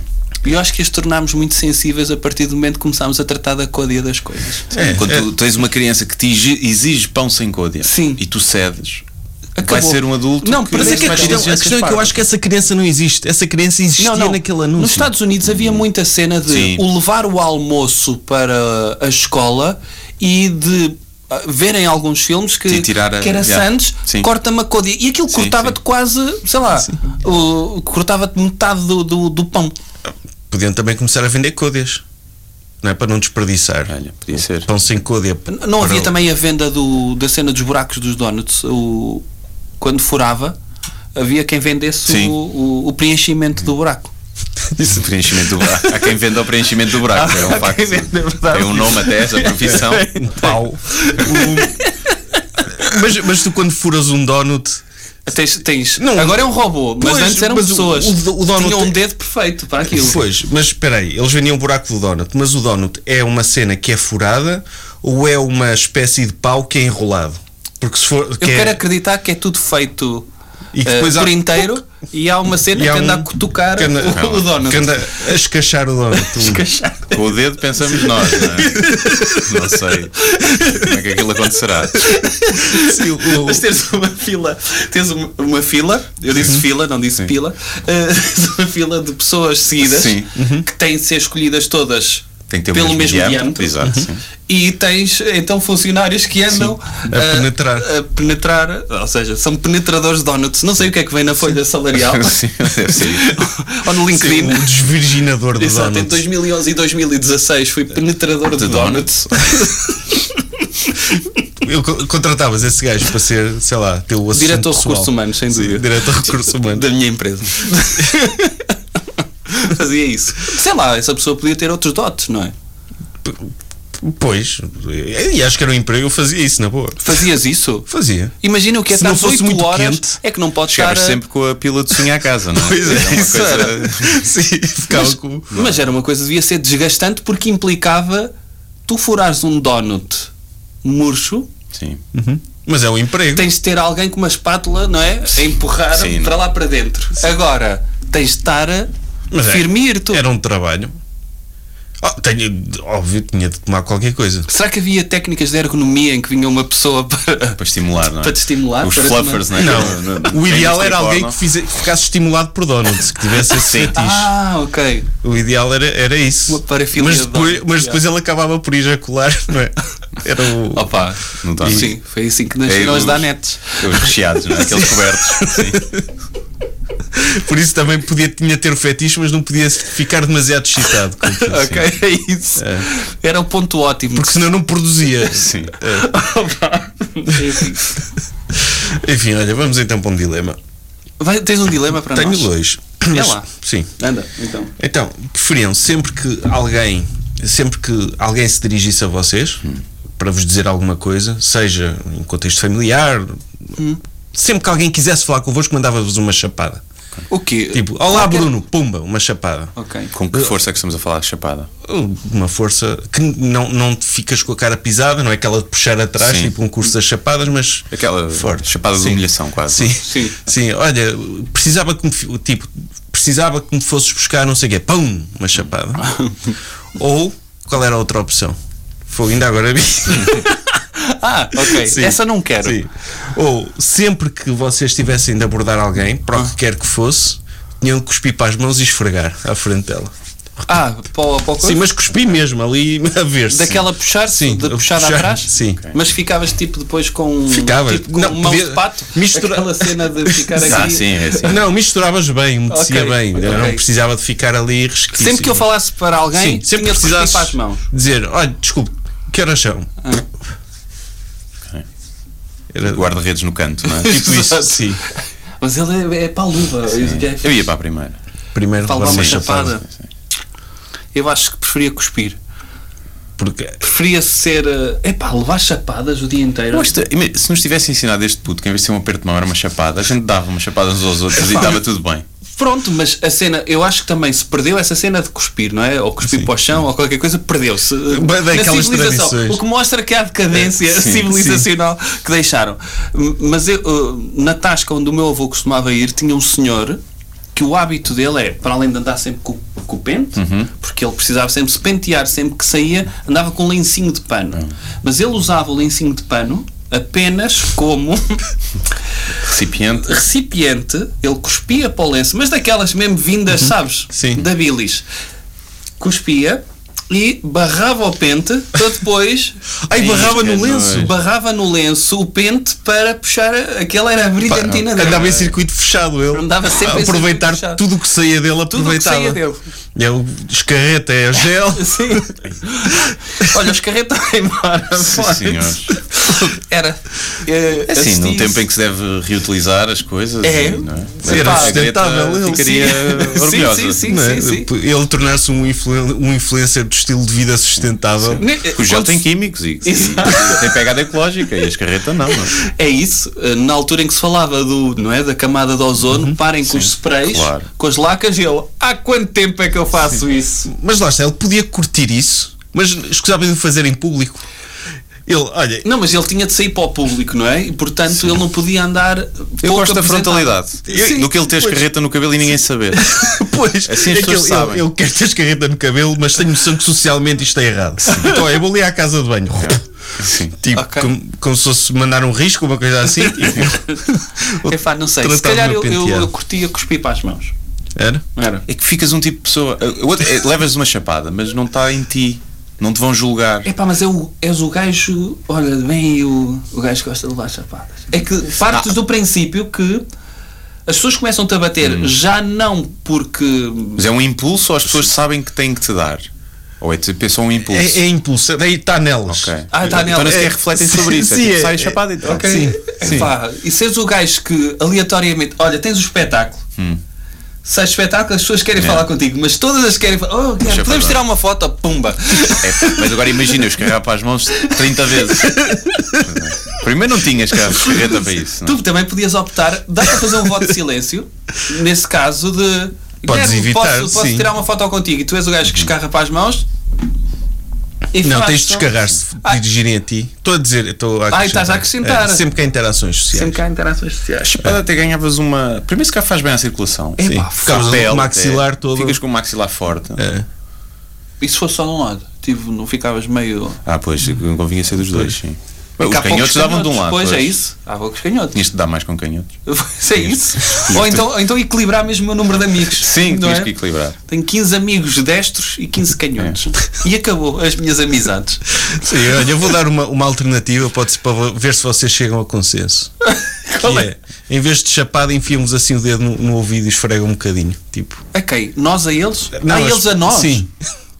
Eu acho que as tornámos muito sensíveis a partir do momento que começámos a tratar da códia das coisas.
É,
Quando
é.
tu tens uma criança que te exi- exige pão sem códia
Sim.
e tu cedes, vai
Acabou.
ser um adulto
Não,
que
mas
Mas é que a
vai ter
questão, a
exigências
questão é que eu
parvas.
acho que essa criança não existe. Essa criança existia
Não, não.
naquele
Nos
anúncio.
Estados Unidos havia muita cena de
Uhum. Sim.
o levar o almoço para a escola e de ah, verem alguns filmes que,
Sim, tirar a-
que era
yeah.
Sandes,
Sim.
corta-me a códia. E aquilo
Sim,
cortava-te
sim.
quase, sei lá, o- cortava-te metade do, do, do pão.
Podiam também começar a vender códias. Não é para não desperdiçar.
Olha, podia ser.
Pão sem códia.
N- Não havia também a venda do, da cena dos buracos dos donuts. O, quando furava, havia quem vendesse
Sim.
o, o- o preenchimento do buraco.
Isso. Preenchimento do buraco. Há quem venda o preenchimento do buraco. É um facto. Tem um nome até essa profissão.
Pau. O- mas, mas tu quando furas um donut.
Tens, tens-
Não.
agora é um robô, mas
Pois,
antes eram
mas o-
pessoas.
o do- o donut
Tinham um
é-
dedo perfeito para aquilo.
Pois, mas espera aí, eles vendiam o buraco do donut, mas o donut é uma cena que é furada ou é uma espécie de pau que é enrolado? Porque se for.
Eu
que é-
quero acreditar que é tudo feito
E que
eh,
depois há-
por inteiro e há uma cena
e
que
há um-
anda a cutucar
que anda-
o, o donut.
que anda a escachar o donut.
Escachar.
Com o dedo pensamos nós, não é? Não sei como é que aquilo acontecerá.
Sim, o-
Mas tens uma fila, tens uma, uma fila, eu
Uhum.
disse fila, não disse pila, eh, tens uma fila de pessoas seguidas
Sim. Uhum.
que têm de ser escolhidas todas
Tem que ter o
pelo mesmo diâmetro.
Exato, sim.
E tens então funcionários que andam
a
eh,
penetrar.
a penetrar, ou seja, são penetradores de donuts. Não sei o que é que vem na folha salarial
Sim, um deve ser isso.
ou no LinkedIn.
o desvirginador do
Exato, entre
donut.
2011 e 2016 fui penetrador de
De
donuts.
donuts.
Eu co- contratavas esse gajo para ser, sei lá, teu assistente
Diretor de
pessoal.
recursos humanos, sem dúvida.
Sim, Diretor de recursos humanos.
da minha empresa. Fazia isso. Sei lá, essa pessoa podia ter outros dotes, não é?
Pois, e acho que era um emprego, eu fazia isso na boa.
Fazias isso?
Fazia.
Imagina o que é
Se
estar
não fosse
8
muito
horas.
quente,
é que não pode estar.
Chegavas
a-
sempre com a pila de sonho à casa, não é?
Pois é,
Era uma
isso
coisa-
era. Sim, ficava
Mas,
com.
mas era uma coisa, devia ser desgastante porque implicava tu furares um donut murcho,
Sim.
Mas é um emprego.
tens de ter alguém com uma espátula, não é? A empurrar
Sim.
para lá para dentro. Agora, tens de estar a
Mas é-
firmir tu.
Era um trabalho. Oh, tenho, óbvio, tinha de tomar qualquer coisa.
Será que havia técnicas de ergonomia em que vinha uma pessoa para.
Para estimular, não é?
Para te estimular,
Os
para
fluffers,
tomar-
não é? No- no-
Não, o
na
ideal
indústria
era alguém
porno.
que, fize- que ficasse estimulado por donuts, que tivesse esse
Sim.
fetiche.
Ah, ok.
O ideal era, era isso.
Uma parafilia
mas
de
depois,
donuts,
mas
já.
depois ele acabava por ejacular, não é? Era o.
Opa,
Não tá.
Sim, foi assim que nasceram
É,
os
os-
danetes.
Os recheados, não é? Aqueles cobertos. Sim.
Por isso também podia, tinha de ter o fetiche, mas não podia ficar demasiado excitado. com aquilo, sim. É.
Ok, é isso. Era o ponto ótimo.
Porque senão não produzia.
Sim.
Opa.
Enfim, olha, vamos então para um dilema.
Vai, tens um dilema para
Tenho
nós?
dois.
É lá.
Sim.
Anda, então.
Então, preferiam sempre que alguém, sempre que alguém se dirigisse a
Hum. Hum.
vocês para vos dizer alguma coisa, seja em contexto familiar, sempre que alguém quisesse falar convosco, mandava-vos uma chapada.
O quê?
Tipo, olá Bruno, pumba, uma chapada.
Ok.
Com que força é que estamos a falar, Chapada?
Uma força que não, não te ficas com a cara pisada, não é aquela de puxar atrás,
Sim.
tipo um curso das chapadas, mas.
Aquela
Forte.
chapada de
Sim.
humilhação, quase.
Sim,
Sim.
sim. olha, precisava que me, fi- tipo, precisava que me fosses buscar não sei o quê, pum, uma chapada. Ou qual era a outra opção? Foi ainda agora vi.
Ah, ok.
Sim.
Essa não quero.
Sim. Ou sempre que vocês tivessem de abordar alguém, para o que quer que fosse, tinham que cuspir para as mãos e esfregar à frente dela.
Ah, para o para o
Sim, mas cuspi mesmo ali a ver-se.
Daquela puxar,
Sim,
de
a
puxar,
puxar,
atrás?
sim. Ok.
Mas ficavas tipo depois com.
Ficava.
Tipo, com
Não,
mão
podia-
de pato?
mistura-
Aquela cena de ficar aqui.
Ah, sim, é assim.
Não, misturavas bem, metecia
Ok,
bem. Eu
ok.
Não precisava de ficar ali resquício.
Sempre que eu falasse para alguém,
Sim, sempre
tinha de cuspir
precisasses
para as mãos.
dizer, olha, desculpe, que horas são? Era
Guarda-redes no canto, não é?
tipo isso,
Exato.
sim.
Mas ele é, é para a luva. é
Tipo, Eu ia para a primeira.
Primeiro
Fala
levar
uma
uma
chapada.
chapada.
Eu acho que preferia cuspir.
Porque
Preferia ser. eh, Epá, levar chapadas o dia inteiro.
Eu acho que- ima- se nos tivesse ensinado este puto que em vez de ser um aperto de mão era uma chapada, a gente dava uma chapada uns aos outros e estava tudo bem.
Pronto, mas a cena, eu acho que também se perdeu essa cena de cuspir, não é? Ou cuspir para o chão ou qualquer coisa, perdeu-se.
Mas
Na
daquelas
civilização.
tradições. É,
O que mostra que há decadência civilizacional que deixaram. M- Mas eu, uh, na tasca onde o meu avô costumava ir, tinha um senhor que o hábito dele é, para além de andar sempre com, com o pente,
Uhum.
porque ele precisava sempre se pentear, sempre que saía, andava com um lencinho de pano.
Uhum.
Mas ele usava o lencinho de pano apenas como
Recipiente.
recipiente, ele cuspia para o lenço, mas daquelas mesmo vindas, sabes?
Uhum. Sim.
Da bilis. Cuspia e barrava o pente para depois.
Ai, barrava no
que
lenço?
nojo.
Barrava no lenço o pente para puxar. a- Aquela era a
pá,
brilhantina dele.
andava em circuito fechado ele.
Andava é? sempre em
aproveitar
circuito fechado.
tudo o que saía dele,
Tudo o que
aproveitava.
saía dele.
É o escarreta, é o gel.
Sim. Olha, os carretas vai embora.
Sim,
fora.
senhor.
Era. eh,
É assim, num tempo em
que
que se deve reutilizar as coisas.
É.
e, não é?
Sim, era
Epá,
sustentável,
Greta
ele.
Ficaria
Sim.
orgulhosa.
Sim, sim, sim.
não é? Ele tornar-se um, influen- um influencer do estilo de vida sustentável.
eh,
O gel tem químicos e, e tem pegada ecológica e as carretas não. não é?
É isso, eh, na altura em que se falava do, não é, da camada de ozono,
Uhum.
parem com os sprays,
claro.
com as lacas, e eu, há quanto tempo é que eu faço isso?
Mas lá está, ele podia curtir isso, mas escusava de o fazer em público. Ele, olha,
Não, mas ele tinha de sair para o público, não é? E portanto ele não podia andar.
Eu gosto da frontalidade. Eu-
Sim,
do que ele ter as
pois.
carreta no cabelo e ninguém saber.
Pois,
Assim as
é que
pessoas
ele,
sabem.
Ele, ele quer ter escarreta no cabelo, mas tem noção que socialmente isto é errado. Então, olha, eu vou ali à casa de banho.
É. Sim.
Tipo,
Ok.
como, como se fosse mandar um risco, uma coisa assim.
É pá, não sei, se
Tratar
calhar
do
eu,
meu
eu,
penteado.
eu curtia cuspir para as mãos.
Era?
Era.
É que ficas um tipo de pessoa. o outro- é, levas uma chapada, mas não está em ti. Não te vão julgar.
É pá, mas é o, és o gajo. Olha, bem, e o, o gajo gosta de levar chapadas. É que partes
Ah.
do princípio que as pessoas começam-te a bater
Hum.
já não porque.
Mas é um impulso ou as pessoas sabem que têm que te dar? Ou é tipo, é só um impulso?
É, é impulso, daí está nelas.
Ok.
Ah, tá nela.
Então não sequer
É,
refletem
sim,
sobre isso. É
sim,
tipo,
é-
sai
é-
chapada e tal.
ok. Sim, sim.
Pá, É e seres o gajo que aleatoriamente. Olha, tens o espetáculo.
Hum.
Sai espetáculo, as pessoas querem
É.
falar contigo, mas todas as querem falar. Oh, Guilherme,
eu
podemos
falar.
tirar uma foto? Pumba!
É, mas agora imagina, eu escarrar para as mãos 30 vezes. Primeiro não tinhas carreta para isso. Não? é?
Tu também podias optar, dá para fazer um voto de silêncio, nesse caso de.
Podes
Guilherme,
evitar,
posso, posso
sim. Uhum.
tirar uma foto contigo e tu és o gajo que escarra para as mãos. E
Não, tens de
faço-
descarrar se
Ah.
dirigirem a ti. Estou a dizer, estou a
Ah, e estás a acrescentar.
É, sempre que há interações sociais.
Sempre que há interações
A
sociais.
chapada até ganhavas uma. Primeiro, se cá faz bem à circulação.
Sim,
Epá,
por causa
a pele
do
até.
maxilar todo.
Ficas com o maxilar forte.
É.
E se fosse só de um lado? Tipo, não ficavas meio.
Ah, pois, convinha ser dos dois, sim. Os
Porque há poucos
canhotos davam de um lado.
Pois é isso. Há poucos canhotos.
Tinhas de dar mais com canhotos.
Isso é isso? ou, então, ou então equilibrar mesmo o meu número de amigos.
Sim,
não
tinhas
é?
que É. equilibrar.
Tenho 15 amigos destros e 15 canhotos. E acabou as minhas amizades.
Sim, olha, eu vou dar uma, uma alternativa pode -se, para ver se vocês chegam a consenso.
Qual
Que
é?
é, em vez de chapada, enfiamos assim o dedo no, no ouvido e esfrega um bocadinho. Tipo,
é?
Ok, nós a eles?
Não,
a
mas-
Ah, eles a nós?
Sim,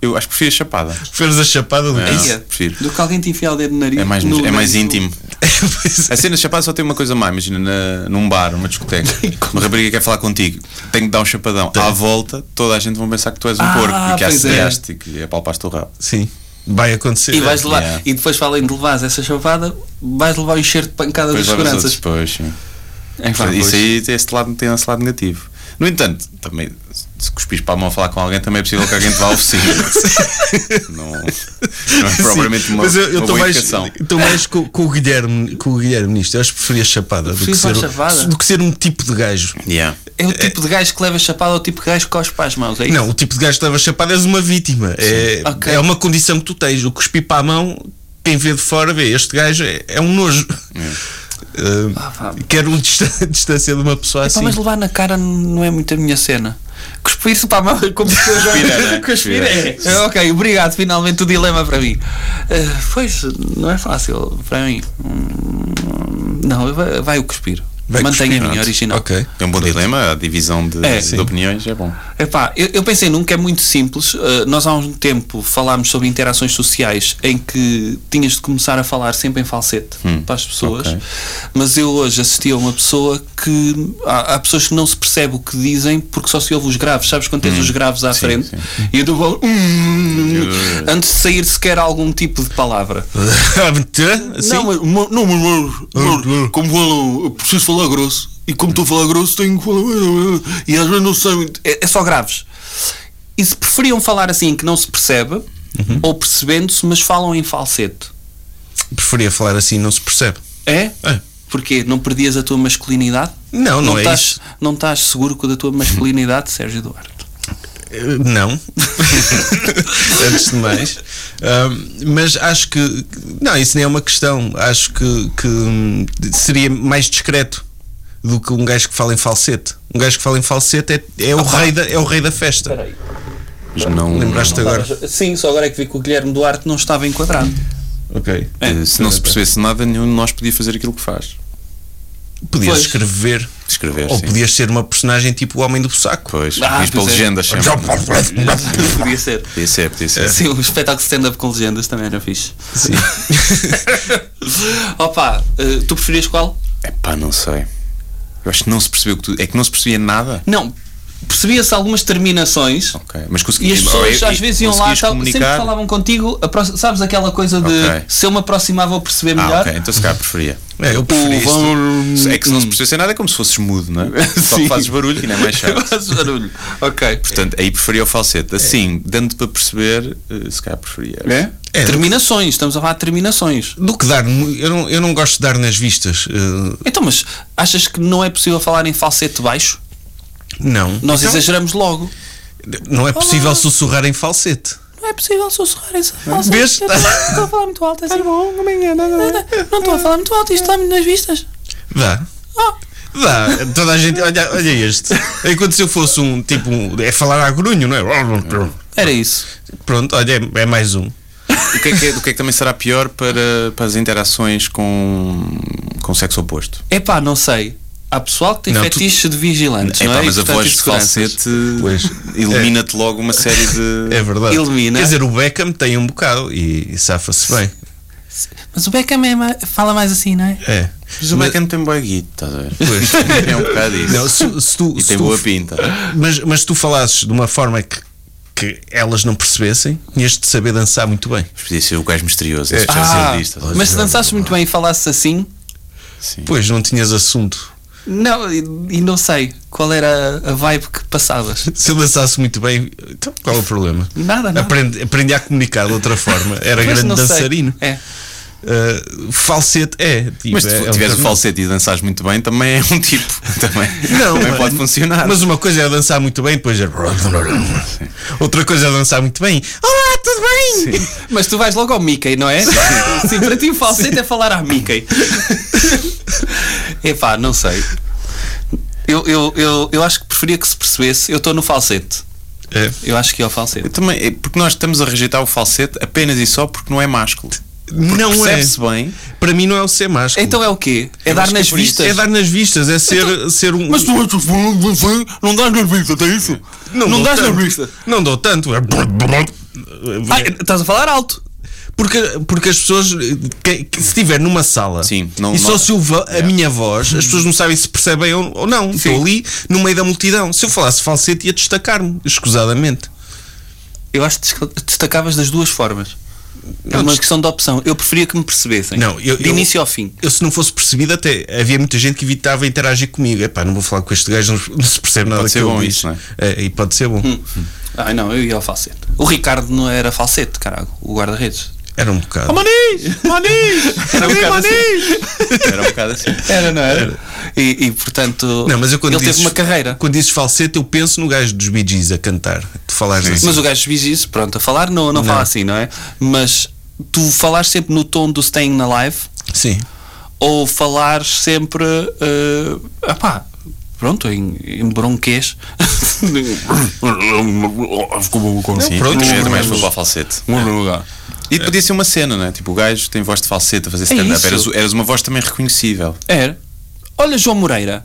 Eu acho que prefiro a chapada.
preferes a chapada do que
Não,
isso.
Ia,
É. prefiro.
é. Do que alguém te enfiar o dedo no nariz.
É mais,
no
é mais
nariz.
íntimo.
é.
A cena de chapada só tem uma coisa má, imagina, na- num bar, numa discoteca, uma rapariga quer falar contigo, tem que dar um chapadão. À volta, toda a gente vai pensar que tu és um
Ah,
porco e que
pois
assediaste e que apalpaste o rabo.
Sim, vai acontecer.
E, vais levar,
Yeah.
e depois, para além de levares essa chapada, vais levar um enxerto de pancadas
Depois
das
levas outros
seguranças.
depois, sim. É verdade, isso aí, esse lado, tem esse lado negativo. No entanto, também, se cuspires para a mão a falar com alguém, também é possível que alguém te vá oferecer. não, não é propriamente
Sim,
uma,
mas eu
uma
estou
boa
mais,
educação.
tô mais com, com o Guilherme, com o Guilherme nisto. Eu acho que preferia chapada do que,
Prefiro
ser,
mais chapada.
do que ser um tipo de gajo.
Yeah.
É o tipo de gajo que leva chapada ou o tipo de gajo que cospe para as mãos, é isso?
Não, o tipo de gajo que leva chapada és uma vítima. É,
Ok.
é uma condição que tu tens. O cuspir para a mão, quem vê de fora vê. Este gajo é, é um nojo. Eh,
Ah, pá.
quero um dista- distância de uma pessoa
Pá,
assim.
mas levar na cara não é muito a minha cena. Cuspir-se para a mão como se eu já
Cuspir é, né?
Cuspir é.
Cuspir é.
É, Ok, obrigado, finalmente o dilema para mim. Ah, pois, não é fácil para mim. Hum, Não, vai, vai o cuspir.
Vai
Mantenha
cuspir,
a minha
pronto.
original.
Ok.
É um bom dilema, a divisão de,
É,
de
sim.
opiniões é bom.
Epá, eu, eu pensei num que é muito simples. Uh, nós há um tempo falámos sobre interações sociais em que tinhas de começar a falar sempre em falsete para as pessoas.
ok.
Mas eu hoje assisti a uma pessoa que. Há, há pessoas que não se percebe o que dizem porque só se ouve os graves. Sabes quando tens os graves à frente? E eu dou vou. Hum, antes de sair sequer algum tipo de palavra.
Assim?
Não, mas, mo- não, mas, mo-
Ah,
mo- como falam, eu preciso falar grosso. E como estou a falar grosso, tenho que falar. E às vezes não sei muito. É, é só graves. E se preferiam falar assim, que não se percebe,
Uhum.
ou percebendo-se, mas falam em falsete?
Preferia falar assim, não se percebe.
É?
É.
Porquê? Não perdias a tua masculinidade?
Não, não, é
estás,
isso.
Não estás seguro da tua masculinidade, Sérgio Duarte?
Eh, Não. Antes de mais. Ahm, mas acho que. Não, isso nem é uma questão. Acho que, que, hum, seria mais discreto do que um gajo que fala em falsete. Um gajo que fala em falsete é, é,
Ah,
o, rei da, é o rei da festa.
Mas não,
Lembraste agora?
Sim, só agora é que vi que o Guilherme Duarte não estava enquadrado.
Ok.
É,
eh, se não se percebesse nada, nenhum de nós podia fazer aquilo que faz.
Podias
Pois.
escrever.
Escrever,
Ou
sim.
podias ser uma personagem tipo o homem do saco.
Pois,
Ah,
diz para
pois é.
legendas sempre.
Podia ser.
Podia ser, podia ser.
Sim, o espetáculo de stand-up com legendas também era fixe. Sim. Opa, eh, tu preferias qual?
É pá, não sei. Eu acho que não se percebeu que tu. É que não se percebia nada.
Não, percebia-se algumas terminações
Ok. Mas
e
conseguias.
as pessoas
oh, e-
às
e
vezes iam lá,
conseguias
tal, sempre
comunicar.
que falavam contigo, apro- sabes aquela coisa de
Ok.
se eu me aproximava ou perceber
Ah,
melhor?
ok, então se calhar preferia.
É, eu preferi isso. Hum,
Se É que se não se percebesse nada é como se fosses mudo, não é? Só
Sim.
fazes barulho e não é mais chato.
Faz barulho. Ok.
Portanto, aí preferia o falsete. Assim, dando para perceber, eh, se calhar preferia.
É,
terminações, estamos a falar de terminações.
Do que dar. mu- Eu não, eu não gosto de dar nas vistas. eh,
Então, mas achas que não é possível falar em falsete baixo?
não.
Nós
Então,
exageramos logo.
não é possível sussurrar em falsete.
Não é possível sussurrar isso. Nossa,
Vês?
eu Estou a falar muito alto assim. Não estou a falar muito alto, isto está-me nas vistas.
Dá.
Ah.
Dá. Toda a gente. Olha, olha este. Enquanto se eu fosse um tipo. um- É falar a grunho, não é?
Era isso.
Pronto, olha, é, é mais um.
O que é que, é- o que é que também será pior para, para as interações com, com o sexo oposto?
É pá, não sei. Há pessoal que tem
Não, tu-
fetiches de vigilantes,
É
não
pá,
é?
mas
E,
a
portanto,
voz de
inseguranças.
falsete
Pois.
elimina-te logo uma série de.
É verdade.
Ilumina.
Quer dizer, o Beckham tem um bocado e, e safa-se bem.
Mas o Beckham é ma- fala mais assim, não é?
É.
Mas o Beckham tem boa guita, estás a ver?
Pois.
É um bocado isso.
Não, se, se tu,
e
se
tem
tu-
boa pinta.
Mas, mas se tu falasses de uma forma que, que elas não percebessem, tinhas de saber dançar muito bem.
Mas podia ser o gajo misterioso, esse
É.
já
Ah,
disto, estás a ver?
mas se dançasses muito bem e falasses assim,
Sim.
Pois, não tinhas assunto.
não, e, e não sei qual era a- a vibe que passavas.
Se eu dançasse muito bem, então qual é o problema?
Nada, nada.
Aprendi, aprendi a comunicar de outra forma. Era
Mas
grande
não sei.
dançarino.
É.
Uh, falsete é. Tipo,
Mas se
é,
tu
é um
tiveres o
termo.
falsete e dançares muito bem, também é um tipo. Também,
Não,
também
mas-
pode funcionar.
Mas uma coisa é dançar muito bem, depois é. Outra coisa é dançar muito bem. Olá, tudo bem?
Mas tu vais logo ao Mickey, não é? Sim, para ti o falsete é falar à Mickey. Epá, não sei. Eu, eu, eu, eu acho que preferia que se percebesse. Eu estou no falsete.
É.
Eu acho que é o falsete.
Eu também, é porque nós estamos a rejeitar o falsete apenas e só porque não é másculo.
Não é.
Percebe-se bem.
Para mim não é o ser másculo.
Então é o quê? É dar
acho que
nas
é por isso.
vistas? Então,
é dar nas vistas, é ser, ser um.
Mas tu não dás nas vistas, é isso? Não,
dou
dás
tanto.
nas vistas.
Não dou tanto. É-
Ah, estás a falar alto.
Porque, porque as pessoas, que- que se estiver numa sala
Sim, não-
e só
não-
se ouve a
Yeah.
minha voz, as pessoas não sabem se percebem ou, ou não. Estou ali no meio da multidão. Se eu falasse falsete, ia destacar-me, escusadamente.
Eu acho que desca- destacavas das duas formas. É uma questão de opção. Eu preferia que me percebessem.
Não, eu-
de
eu-
início ao fim.
Eu, se não fosse percebido, até havia muita gente que evitava interagir comigo. Epá, não vou falar com este gajo, não, não se percebe nada
Pode ser
que
bom
ele diz.
isso, não é?
É, e pode ser bom.
Hum. Ai Ah, não, eu ia ao falsete. O Ricardo não era falsete, caralho, o guarda-redes.
Era um bocado.
Manis! Manis!
Era um bocado assim. Era um bocado assim.
Era, não era? E, e, portanto,
Não, mas eu quando
ele
dizes,
teve uma carreira.
Quando dizes falsete, eu penso no gajo dos Bee Gees a cantar. Tu falares assim.
Mas o gajo diz isso, pronto, a falar não, não,
Não.
fala assim, não é? Mas tu falares sempre no tom do Staying na Live
Sim.
ou falares sempre. ah pá, pronto, em, em bronquês.
pronto,
Sim, pronto, eu
é
mas-
também acho que vou para o falsete. E podia ser uma cena, não é? Tipo, o gajo tem voz de falsete a fazer stand-up.
É isso.
Eras, eras uma voz também reconhecível.
Era. É. Olha, João Moreira.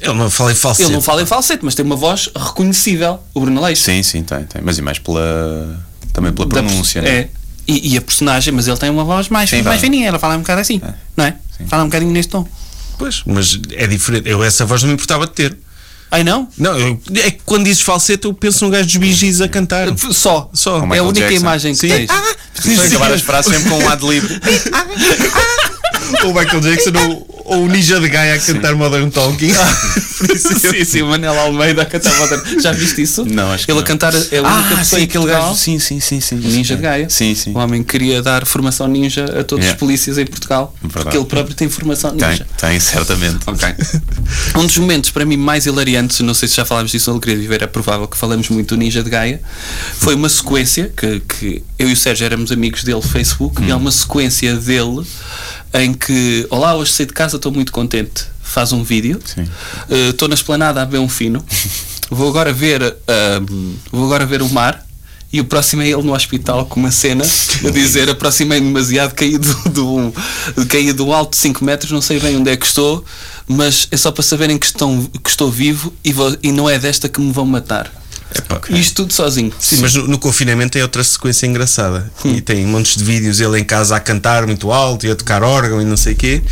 Ele não fala em falsete.
Ele não fala em falsete, mas tem uma voz reconhecível, o Bruno Leix.
Sim, sim, tem, tem. Mas e mais pela. Também pela
Da-
pronúncia, não
é. E, e a personagem, mas ele tem uma voz mais,
Sim,
mais
vai.
fininha, ela fala um bocado assim, não é? Fala um bocadinho neste tom.
Pois, mas é diferente. Eu essa voz não me importava de ter.
Ai não?
Não, eu- é que quando dizes falsete, eu penso num gajo dos Bee Gees a cantar.
Só.
Só. Oh,
É a
Michael
única
Jackson.
imagem que
Sim.
tens.
Sim, Ah, acabar as frases sempre com um ad lib.
ou é o Michael Jackson ou, ou o Ninja de Gaia a cantar Modern Talking.
sim, sim, o Manel Almeida a cantar Modern. Já viste isso?
Não, acho que
Ele a
não.
cantar é a única
Ah,
pessoa
sim,
em
aquele
Portugal-
gajo. Sim, sim, sim, sim.
Ninja de Gaia.
Sim, sim.
O homem queria dar formação ninja a todos os
Yeah.
polícias em Portugal. Porque
Verdade.
ele próprio tem formação
Tem,
ninja.
tem, certamente.
Ok. Um dos momentos para mim mais hilariantes, não sei se já falámos disso no Alegria de Viver, é provável que falemos muito do Ninja de Gaia, foi uma sequência que, que eu e o Sérgio éramos amigos dele no Facebook,
Hum.
e há uma sequência dele em que, olá, hoje saí de casa, estou muito contente, faz um vídeo,
Sim.
Eh, estou na esplanada a ver um fino, vou agora ver, ahm, vou agora ver o mar, e o próximo é ele no hospital com uma cena a dizer aproximei-me demasiado, caí do, do, caí do alto de 5 metros, não sei bem onde é que estou, mas é só para saberem que, estão, que estou vivo e, vou- e não é desta que me vão matar.
É
E Isto tudo sozinho.
Sim, mas no, no confinamento tem outra sequência engraçada. E tem montes de vídeos ele em casa a cantar muito alto e a tocar órgão e não sei o quê.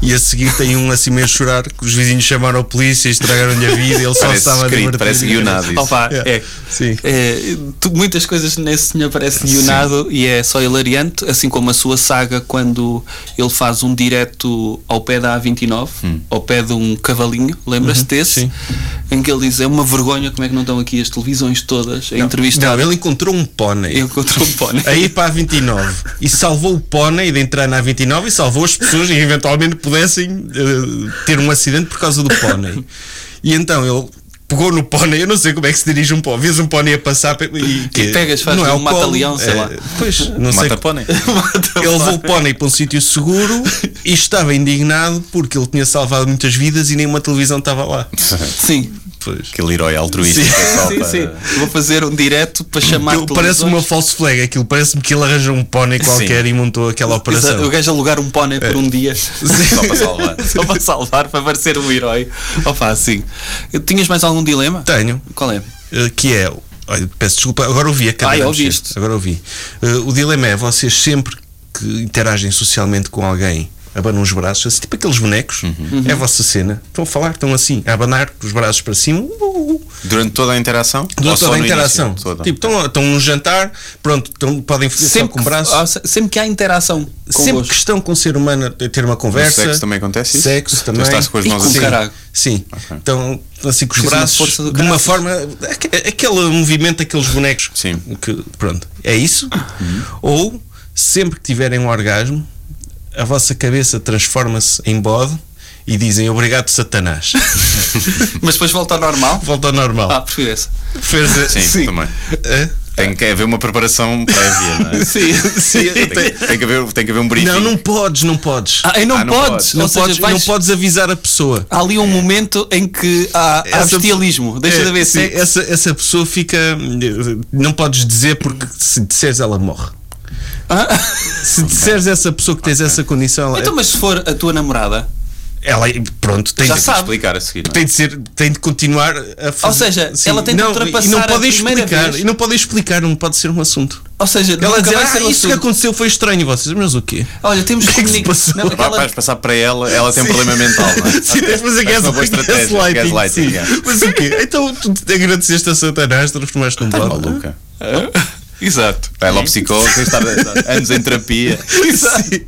E a seguir tem um assim meio a chorar que os vizinhos chamaram a polícia e estragaram-lhe a vida. e Ele só
Parece
estava a
escrito,
divertir.
parece guionado isso.
Opa,
Yeah.
é.
Sim.
É, tu- muitas coisas nesse senhor parece guionado e é só hilariante, assim como a sua saga quando ele faz um direto ao pé da A29, ao pé de um cavalinho, lembras-te desse? Em que ele diz: É uma vergonha como é que não estão aqui as televisões todas a entrevistar.
Não, ele encontrou um
Ele
pônei.
encontrou um pônei.
Aí para a 29 e salvou o pônei de entrar na 29 e salvou as pessoas e eventualmente pudessem eh, ter um acidente por causa do pônei. E então ele pegou no pônei, eu não sei como é que se dirige um pônei, vês um pônei a passar pe- e, que
pegas, faz um
o colo,
mata-leão, sei
eh,
lá.
Pois, não sei.
Mata pônei.
Ele levou o pônei para um sítio seguro e estava indignado porque ele tinha salvado muitas vidas e nenhuma televisão estava lá.
Sim.
Pois.
Aquele herói altruísta. que é só
Sim,
para-
sim. Vou fazer um direto para chamar
Eu- Parece
televisões.
uma false flag aquilo, parece-me que ele arranjou um pônei qualquer e montou aquela operação.
Exato, O gajo alugar um pônei
É.
por um dia.
Só para salvar.
Só para salvar, para parecer um herói. Opa, assim. Tinhas mais algum dilema?
Tenho.
Qual é?
Uh, que é. olha, peço desculpa, agora ouvi a
Ah,
cadeira.
eu
mexer.
ouviste.
Agora ouvi. Uh, o dilema é: vocês sempre que interagem socialmente com alguém, abanam os braços, assim, tipo aqueles bonecos,
Uhum.
é a vossa cena. Estão a falar, estão assim, a abanar com os braços para cima, uh, uh, uh,
Durante toda a interação? Ou
durante
só
toda a
no
interação.
início? Toda.
Tipo, estão, estão num jantar, pronto, estão- podem fazer só com o
que,
braço.
ah, se- sempre que há interação
Sempre que
convosco.
estão com o ser humano a ter uma conversa.
sexo também acontece isso?
Sexo
Tu
também.
estás com as
E mãos com assim. caralho.
Sim. Então, assim com os
Fiz uma
braços,
força do
de uma
caralho.
forma. aque- Aquele movimento daqueles bonecos.
Sim.
Que, pronto. É isso.
Uhum.
Ou, sempre que tiverem um orgasmo, a vossa cabeça transforma-se em bode e dizem obrigado, Satanás.
Mas depois volta ao normal.
Volta ao normal.
Ah, prefiro essa.
Fez- eh,
Sim,
sim.
também.
Hã?
Tem que haver uma preparação prévia, não é?
Sim.
Sim,
Tem,
tem-
tem que haver, tem que haver um briefing.
Não, não podes, não podes.
Ah, e não,
Ah, não
podes.
podes.
Ou
não,
seja,
podes
vais-
não podes avisar a pessoa.
Há ali um momento em que há, há
Essa-
bestialismo. Deixa
É,
de haver
sim,
sexo.
essa, essa pessoa fica. Não podes dizer porque se disseres ela morre. Se disseres a essa pessoa que tens essa condição, ela,
Então, mas se for a tua namorada,
ela- pronto, tem
Já
de,
sabe.
explicar a seguir. não é?
tem de ser, tem de continuar a fazer.
seja, ela tem de
não,
ultrapassar
e não
a
podem
primeira
explicar,
vez.
e não podem explicar, não pode ser um assunto.
ou seja,
Ela
nunca
dizer,
vai
ah,
ser um
isso que
assunto.
aconteceu foi estranho, e vocês, mas o quê?
Olha, temos
que é que se
comuni-
passou?
Não,
Vai-
aquela-
Vais passar para ela, ela tem um problema mental, não é?
Sim, mas é
Acho uma boa
gaslighting,
estratégia,
gaslighting,
gaslighting,
sim.
é.
Tá
Mas o quê? Então tu agradeceste a Satanás, transformaste num
Estás
bode.
maluca.
Exato.
Tá Vai lá ao psicólogo, tem de estar anos em terapia. é.
Sim.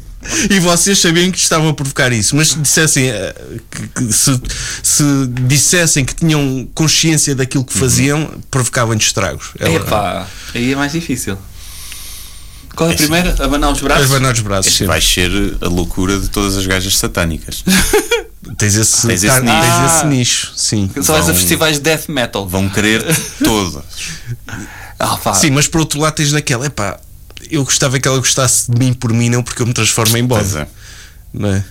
E vocês sabiam que estavam a provocar isso, mas se dissessem eh, que- que se, se dissessem que tinham consciência daquilo
Uhum.
que faziam, provocavam-lhes estragos.
É
Ela-
Epá, aí é mais difícil. Qual é a primeira? Abanar os braços?
Abanar os braços.
Este
sim.
vai ser a loucura de todas as gajas satânicas.
Tens esse,
Tens esse
tar-
nicho.
tens
Ah.
esse nicho, sim.
Só vais a
Vão-
festivais de death metal.
Vão querer todas.
Ah, pá.
Sim, mas por outro lado tens naquela, epá, eu gostava que ela gostasse de mim por mim, não porque eu me transformo em bode.
Pois é.
não é?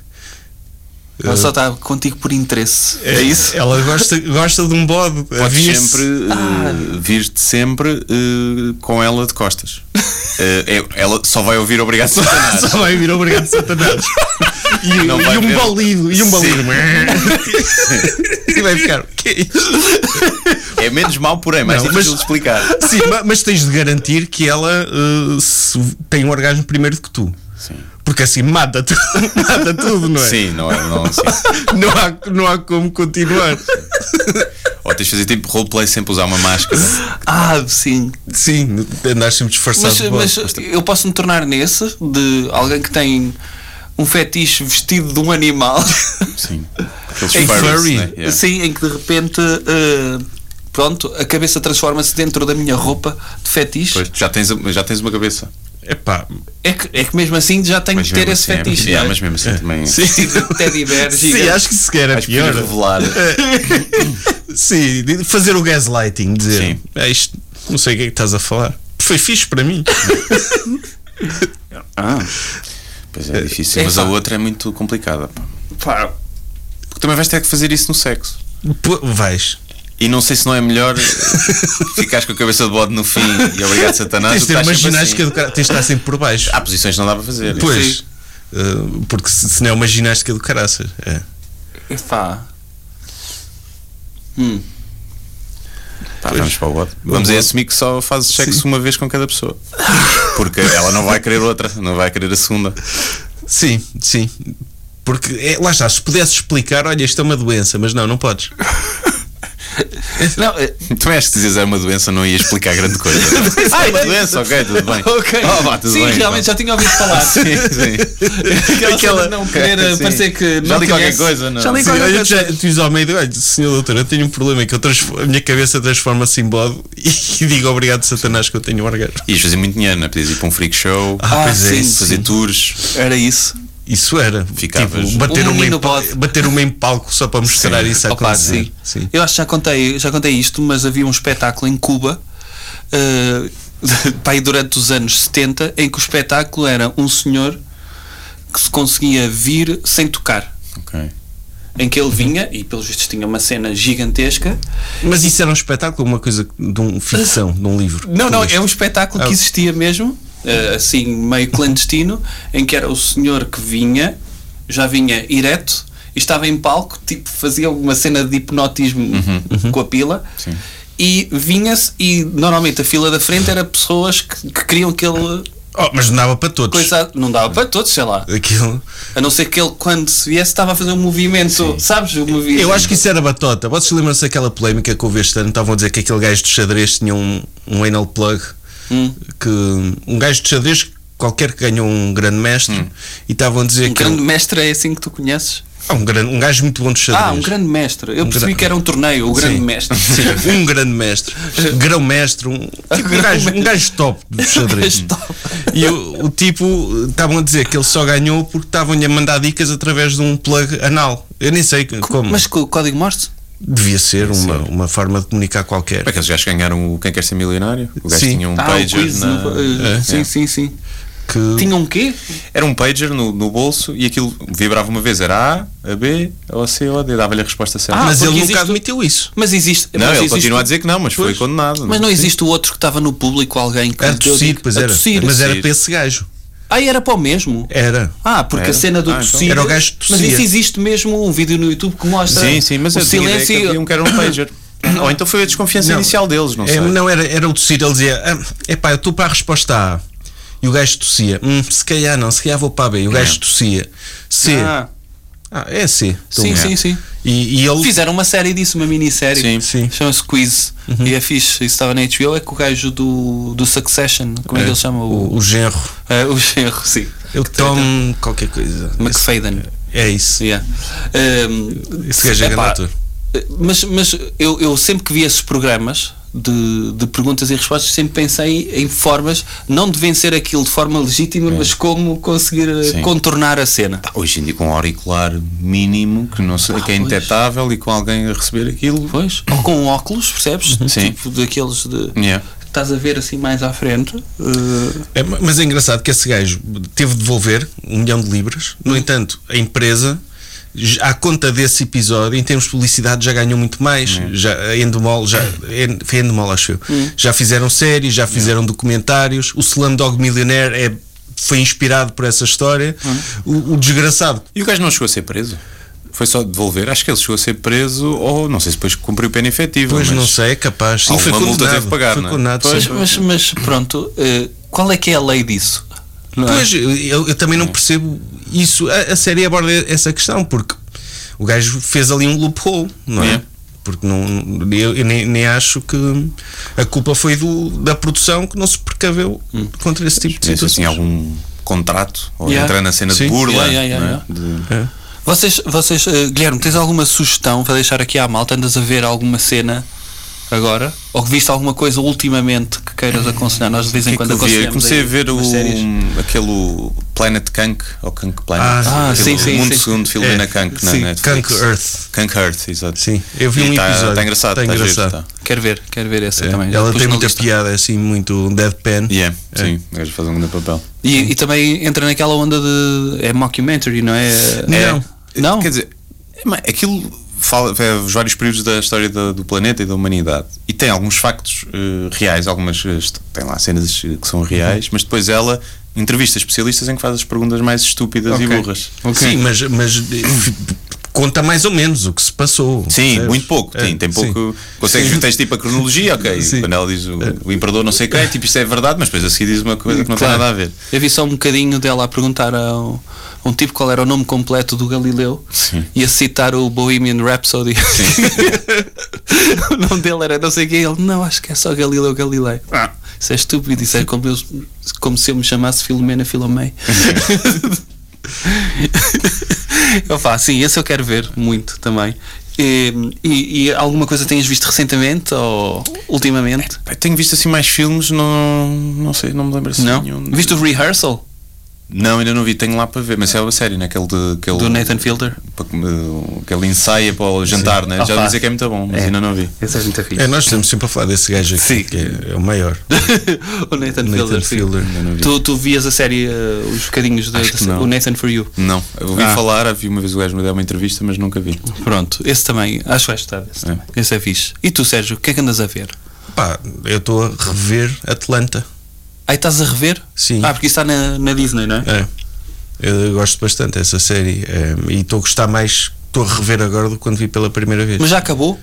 Ela
Eh,
só está contigo por interesse. É, isso?
Ela gosta, gosta de um bode.
Podes
Havia-se-
sempre eh, vir-te sempre eh, com ela de costas. Eh, é- ela só vai ouvir obrigado Satanás.
Só vai vir obrigado Satanás. E,
Não
e
vai
um
ver.
balido, e um
Sim.
balido. e vai ficar. "O que é isto?"
É menos mau, porém, mais
Não,
difícil
mas-
de explicar.
Sim, ma- mas tens de garantir que ela eh, se- tem um orgasmo primeiro que tu.
Sim.
Porque assim mata tudo, mata tudo, não é?
Sim, não é? Não, sim.
Não, há, não há como continuar.
Ou tens de fazer tipo roleplay sempre usar uma máscara.
Ah, sim.
Sim, andaste sempre disfarçado.
Mas,
de bode.
mas eu posso me tornar nesse de alguém que tem um fetiche vestido de um animal.
Sim. Aqueles
Em furry.
né? Yeah.
Sim, em que de repente. eh, Pronto, a cabeça transforma-se dentro da minha roupa de fetiche.
Pois, já, tens, já tens uma cabeça.
Epá,
É que, é que mesmo assim já tenho
Mas
que ter
mesmo
esse
assim é-
fetiche.
yeah,
não é? um
mas mesmo assim também.
sim.
Teddy bear
Sim,
gigante.
acho que sequer é
Acho que
pior.
podes revelar.
Sim, de fazer o gaslighting, dizer
Sim.
"Ah, isto, não sei o que é que estás a falar. Foi fixe para mim.
Ah. Pois é, difícil. mas a outra é muito complicada. pá.
Pá,
Porque também vais ter que fazer isso no sexo.
Pô, vais.
E não sei se não é melhor ficares com a cabeça de bode no fim e obrigado Satanás.
tens
do
de ter
que estás
uma
sempre
ginástica
assim.
do cara. Tens de estar sempre por baixo.
Há posições que não dá para fazer.
pois.
sim.
Uh, porque se, se não é uma ginástica do caraças. É.
pá.
Pá, vamos para o bode. Vamos aí assumir que só fazes sexo uma vez com cada pessoa. Porque ela não vai querer outra, não vai querer a segunda.
Sim, sim. Porque é, lá está, se pudesse explicar, olha, isto é uma doença, mas não, não podes.
Não, eh,
Também acho que se dizes é uma doença não ia explicar grande coisa. ah, é uma doença, ok, tudo bem.
ok.
Ah, vá, tudo
sim,
bem,
realmente
então.
já tinha ouvido falar.
Sim, sim.
Aquela, cena de não querer eh,
Sim.
parecer que.
Já
não
li qualquer
conhece.
coisa, não?
Já li
Sim,
qualquer
Olha,
coisa.
tu já tu dizes ao meio, olha, senhor doutor, eu tenho um problema que eu transfo- a minha cabeça transforma-se em bode e, digo obrigado, Satanás, que eu tenho um orgasmo.
Ias fazer muito dinheiro, não é? Podias ir para um freak show,
Ah, pois é, sim, isso.
fazer tours.
Era isso.
Isso era.
Ficavas-
Tipo, bater,
Um
uma
menino
em pal-
bode.
bater uma em palco só para mostrar isso a
Opa,
acontecer.
sim. Eu acho que já contei, já contei isto, mas havia um espetáculo em Cuba. eh, pá, aí durante os anos 70, em que o espetáculo era um senhor que se conseguia vir sem tocar.
Ok.
Em que ele vinha, e pelos vistos tinha uma cena gigantesca,
Mas isso era um espetáculo, uma coisa de um ficção, de um livro.
Não, não,
Tudo
é um espetáculo
Ah.
que existia mesmo, eh, assim, meio clandestino, em que era o senhor que vinha, já vinha ereto, e estava em palco, tipo, fazia uma cena de hipnotismo
Uhum.
com a pila. E vinha-se, e normalmente a fila da frente era pessoas que, que queriam que ele.
Oh, mas não dava para todos.
Coisa, não dava para todos, sei lá.
Aquilo.
A não ser que ele, quando se viesse, estava a fazer um movimento, sabes? O movimento.
Eu acho que isso era batota. Vocês lembram-se daquela polémica que houve este ano? Estavam a dizer que aquele gajo de xadrez tinha um, um anal plug.
Hum.
Que, um gajo de xadrez qualquer que ganhou um grande mestre. E estavam a dizer
Hum. Um
que.
grande mestre é assim que tu conheces?
Ah, um, grande, um gajo muito bom de xadrez.
Ah, um grande mestre. Eu
Um
percebi
grande-
que era um torneio, o grande
Sim.
mestre.
Sim, um grande mestre, grão mestre, um, tipo, um, gajo, um gajo top do xadrez.
gajo top.
E o, o tipo estavam a dizer que ele só ganhou porque estavam-lhe a mandar dicas através de um plug anal. Eu nem sei que- como.
Mas com o código morte?
devia ser uma, uma forma de comunicar qualquer.
Como é que eles gajos ganharam o Quem Quer Ser Milionário? O gajo
Sim.
tinha um
Ah, o
pager.
quiz,
na-
no- eh, Sim,
É.
sim, sim.
Que-
Tinha um quê?
Era um pager no, no bolso e aquilo vibrava uma vez. Era A, a B, ou a C ou a D. Dava-lhe a resposta certa.
Ah,
mas
porque
ele nunca
existe o-
admitiu isso.
Mas existe.
não,
mas
ele
existe-
continua a dizer que não, é? mas foi
Pois.
condenado.
Mas não existe o outro que estava no público, alguém que.
Era
lhe deu
tossir,
dica-
pois
a
era.
tossir.
Mas era
Tossir.
para esse gajo.
Ah, era para o mesmo?
Era.
Ah, porque a
É. Era?
cena do
Ah, então.
tossir.
Era o gajo que tossia.
Mas isso existe mesmo um vídeo no YouTube que mostra.
Sim, sim, mas
o
eu tinha ideia
silêncio.
que havia um que era um pager. Ou então foi a desconfiança
Não.
inicial deles, não
É,
sei.
não era, era o tossir. Ele dizia: é pá, eu estou para a resposta A. E o gajo tossia. Hum, se calhar não, se calhar vou para a B. E o gajo tossia. C.
Ah,
É. Ah, é assim.
Sim,
Então,
sim, sim.
E, e ele.
Fizeram uma série disso, uma minissérie.
Sim. Uhum.
Sim.
Chama-se Quiz. E é fixe. Isso estava na HBO. É que o gajo do, do Succession, como é, que ele chama?
O, o genro.
é, o genro, sim.
Ele toma qualquer coisa.
McFadden.
É isso.
Yeah. Um,
Esse gajo é grande
epá, eh,
ator.
Mas, mas eu, eu sempre que vi esses programas de, de perguntas e respostas, sempre pensei em formas, não de vencer aquilo de forma legítima,
É.
mas como conseguir eh,
Sim.
contornar a cena.
Ah,
Pá, Hoje em dia com um auricular mínimo que, não sei, que é
Ah, pois.
intetável e com alguém a receber aquilo.
Pois, ou com óculos, percebes?
Uhum.
Sim.
Tipo daqueles de.
Yeah.
Estás a ver assim mais à frente. eh,
É, ma- mas é engraçado que esse gajo teve de devolver um milhão de libras.
Uhum.
No entanto, a empresa, j- à conta desse episódio, em termos de publicidade, já ganhou muito mais.
Uhum.
Já, a Endemol, já, En- foi a Endemol, acho eu. Já fizeram séries, já fizeram documentários. O Slumdog Millionaire é, foi inspirado por essa história.
Uhum.
O, o desgraçado.
E o gajo não chegou a ser preso. Foi só devolver. Acho que ele chegou a ser preso ou não sei se depois cumpriu pena efetiva.
Pois
mas-
não sei, é capaz. Sim,
Alguma
foi
multa
condenado.
teve de pagar,
foi
não é?
condenado,
mas,
sim.
mas, mas pronto, eh, qual é que é a lei disso? Não é?
Pois, eu, eu também não percebo isso. A, a série aborda essa questão, porque o gajo fez ali um loophole, não é?
É.
Porque não, eu, eu nem, nem acho que a culpa foi do, da produção que não se precaveu
Hum.
contra esse tipo de
Não sei
situação.
se tinha assim algum contrato ou
Yeah.
entrar na cena
Sim.
de burla.
Yeah, yeah, yeah,
não é? De-
Vocês, vocês eh, Guilherme, tens alguma sugestão para deixar aqui à malta? Andas a ver alguma cena agora? Ou que viste alguma coisa ultimamente que queiras aconselhar? Nós de vez
que
em
é que
quando
eu vi? Eu
aconselhamos.
comecei
aí
a ver o,
umas séries.
aquele Planet Kank ou Kank Planet.
Ah,
Aquele
sim, sim,
Mundo
sim.
segundo filme
É,
na Kank na
sim,
Netflix.
Kank Earth.
Kank Earth, exato.
Sim, eu vi
E
um
tá-
episódio.
Está engraçado,
Tá
está giro,
engraçado.
tá.
Quero ver, quero ver essa
É,
também. Já
Ela
pus
tem
na
muita
lista.
piada, assim, muito deadpan.
Yeah,
É.
sim, o gajo faz um grande papel.
E, e também entra naquela onda de. É mockumentary, não é?
Eh, Não.
É, não?
Quer dizer, é, mas aquilo fala é, os vários períodos da história da- do, planeta e da humanidade. E tem alguns factos eh, reais, algumas. eh, est- tem lá cenas eh, que são reais, mas depois ela entrevista especialistas em que faz as perguntas mais estúpidas e burras.
Sim, mas, mas eh, conta mais ou menos o que se passou.
Sim,
percebes?
muito pouco.
É,
Sim, tem
sim.
pouco. Consegues,
Sim.
tens tipo a cronologia, ok.
Sim.
Quando ela diz o, o imperador não sei quem, tipo isto é verdade, mas depois a seguir diz uma coisa que não
Claro.
tem nada a ver.
Eu vi só um bocadinho dela a perguntar a um, a um tipo qual era o nome completo do Galileu
Sim.
e a citar o Bohemian Rhapsody. o nome dele era não sei quem. Ele, não, acho que é só Galileu Galilei. Ah, isso é estúpido, isso é como, eu- como se eu me chamasse Filomena Filomei. eu faço, sim, esse eu quero ver muito também. E, e- e alguma coisa tens visto recentemente ou ultimamente?
Pá, Tenho visto assim mais filmes, não, não sei, não me lembro assim
Não?
nenhum.
Viste o rehearsal
Não, ainda não vi, tenho lá para ver, mas é uma série, né? Aquele, de, aquele
do Nathan Fielder?
para comer- aquele ensaio para o jantar, né?
Ah,
Já
pá.
dizia que é muito bom, mas ainda não vi.
Esse é muito fixe.
É, nós estamos sempre a falar desse gajo aqui,
Sim.
que é, é o maior.
o Nathan,
Nathan
Fielder. sim.
Fielder.
Ainda não é? vi.
Tu, tu vias a série, uh, os bocadinhos da,
Acho que
da-
não.
o Nathan for You.
Não, eu ouvi
Ah.
falar, vi uma vez o gajo me deu uma entrevista, mas nunca vi.
Pronto, esse também, acho que vais gostar desse.
É.
também. Esse é fixe. E tu, Sérgio, o que é que andas a ver?
Pá, eu estou a rever Atlanta.
Aí estás a rever?
Sim.
Ah, porque isso está na, na Disney, não é?
É. Eu gosto bastante dessa série é, e estou a gostar mais, estou a rever agora do que quando vi pela primeira vez.
Mas já acabou?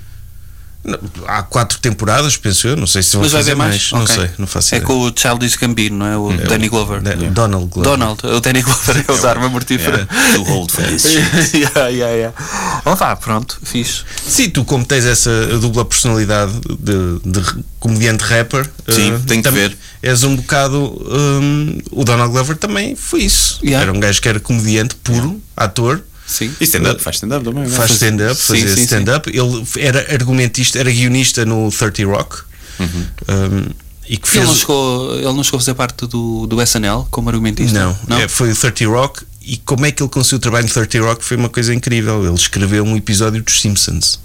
Não, há quatro temporadas, penso eu, não sei se vão
Mas vai
fazer
ver mais?
mais. Não
Ok.
sei, não faço
É
ideia.
com o Childish Gambino, não é? O Danny Glover.
Da- Donald Glover.
Donald, o Danny Glover é o da arma mortífera.
Do hold for this.
yeah, yeah, yeah. Oh, vá, pronto, fixe.
Sim, tu como tens essa dupla personalidade de, de comediante rapper,
Sim,
eh,
tenho que
tam-
ver.
És um bocado. hum, o Donald Glover também foi isso.
Yeah.
Era um gajo que era comediante puro, ator.
Sim.
E stand-up, faz stand-up também. não é?
faz stand-up,
Sim,
fazia
sim, sim.
stand-up. Ele era argumentista, era guionista no 30 Rock. Um, e que
Uhum. Ele
fez.
não, chegou, ele não chegou a fazer parte do, do SNL como argumentista?
Não, é, foi o 30 Rock. E como é que ele conseguiu o trabalho no 30 Rock foi uma coisa incrível. Ele escreveu um episódio dos Simpsons.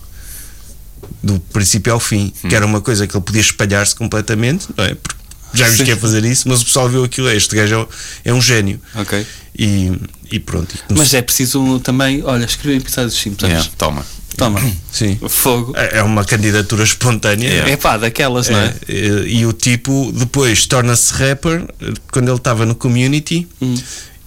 Do princípio ao fim,
Hum.
que era uma coisa que ele podia espalhar-se completamente, não é? Porque já vos
Sim.
quer fazer isso, mas o pessoal viu aquilo. é, Este gajo é um- é um gênio.
Ok.
E, e pronto. e
Mas é preciso também, olha, escrever episódios simples.
Yeah, toma.
Toma,
Sim.
fogo.
É é uma candidatura espontânea.
É pá, daquelas, não é?
É, eh, E o tipo depois torna-se rapper eh, quando ele estava no community.
Hum.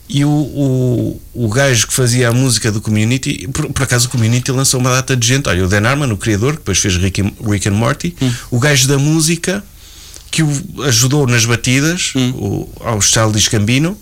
E o, o, o gajo que fazia a música do community, por, por acaso o community lançou uma data de gente. Olha, o Dan Arman, o criador, que depois fez Rick, and- Rick and Morty,
Hum.
o gajo da
Hum.
música que o ajudou nas batidas, o, ao Charles Gambino.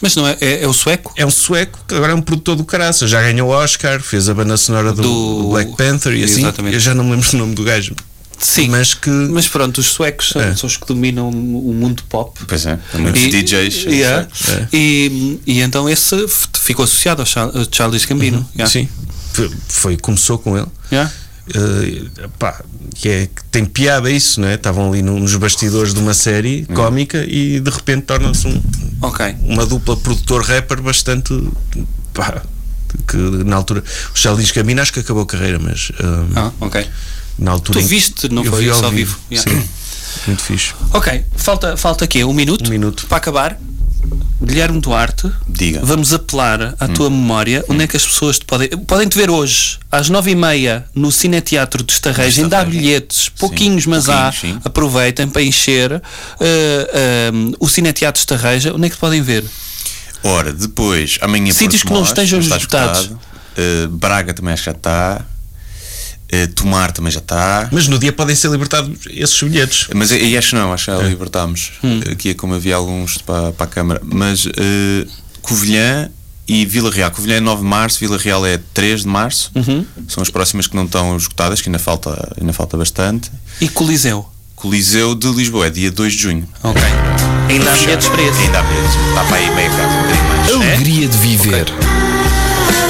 Mas não é, é, é o sueco?
É um sueco que agora é um produtor do caraça. Já ganhou o Oscar, fez a banda sonora do,
Do-
do Black Panther e assim.
Exatamente.
Eu já não me lembro o nome do gajo.
Sim.
Mas que.
Mas pronto, os suecos são,
É.
são os que dominam o mundo pop.
Pois é, há muitos
E- é?
DJs.
yeah.
não sei.
E, e então esse f- ficou associado ao Char- ao Charles Gambino. yeah.
Sim. Foi, foi- começou com ele.
Yeah.
Eh, pá, que, é, que tem piada isso, não é? Estavam ali no- nos bastidores de uma série cómica e de repente tornam-se um-
Ok.
uma dupla produtor-rapper bastante. pá, que na altura. O Charles Camino acho que acabou a carreira, mas. eh,
Ah, ok.
Na altura em
Tu
que-
viste, não
eu
foi
vi
isso ao vivo? Yeah.
Sim, muito fixe.
Ok, falta, falta aqui um minuto,
Um minuto.
para acabar. Guilherme Duarte,
Diga.
vamos apelar à tua memória onde é que as pessoas te podem. Podem te ver hoje, às nove e meia, no Cineteatro de Estarreja.
No
Ainda há
Estarreja.
bilhetes, pouquinhos, mas há.
pouquinhos, sim.
Aproveitem para encher uh, um, o Cineteatro de Estarreja. Onde é que te podem ver?
Ora, depois, amanhã
Sítios
Porto
que não
Mós,
estejam
está
esgotados.
esgotado. Eh, Braga também acho que já está. Eh, Tomar também já está.
Mas no dia podem ser libertados esses bilhetes.
Mas e acho que não, acho que já libertámos.
Hum.
Aqui é como havia alguns para, para a Câmara. Mas eh, Covilhã e Vila Real. Covilhã é 9 de março, Vila Real é 3 de março.
Uhum.
São as próximas que não estão esgotadas, que ainda falta, ainda falta bastante.
E Coliseu.
Coliseu de Lisboa é dia 2 de junho.
Ok. Ainda há bilhetes para esse.
Ainda há bilhetes. Está para aí meia casa, um bocadinho mais.
Alegria de viver.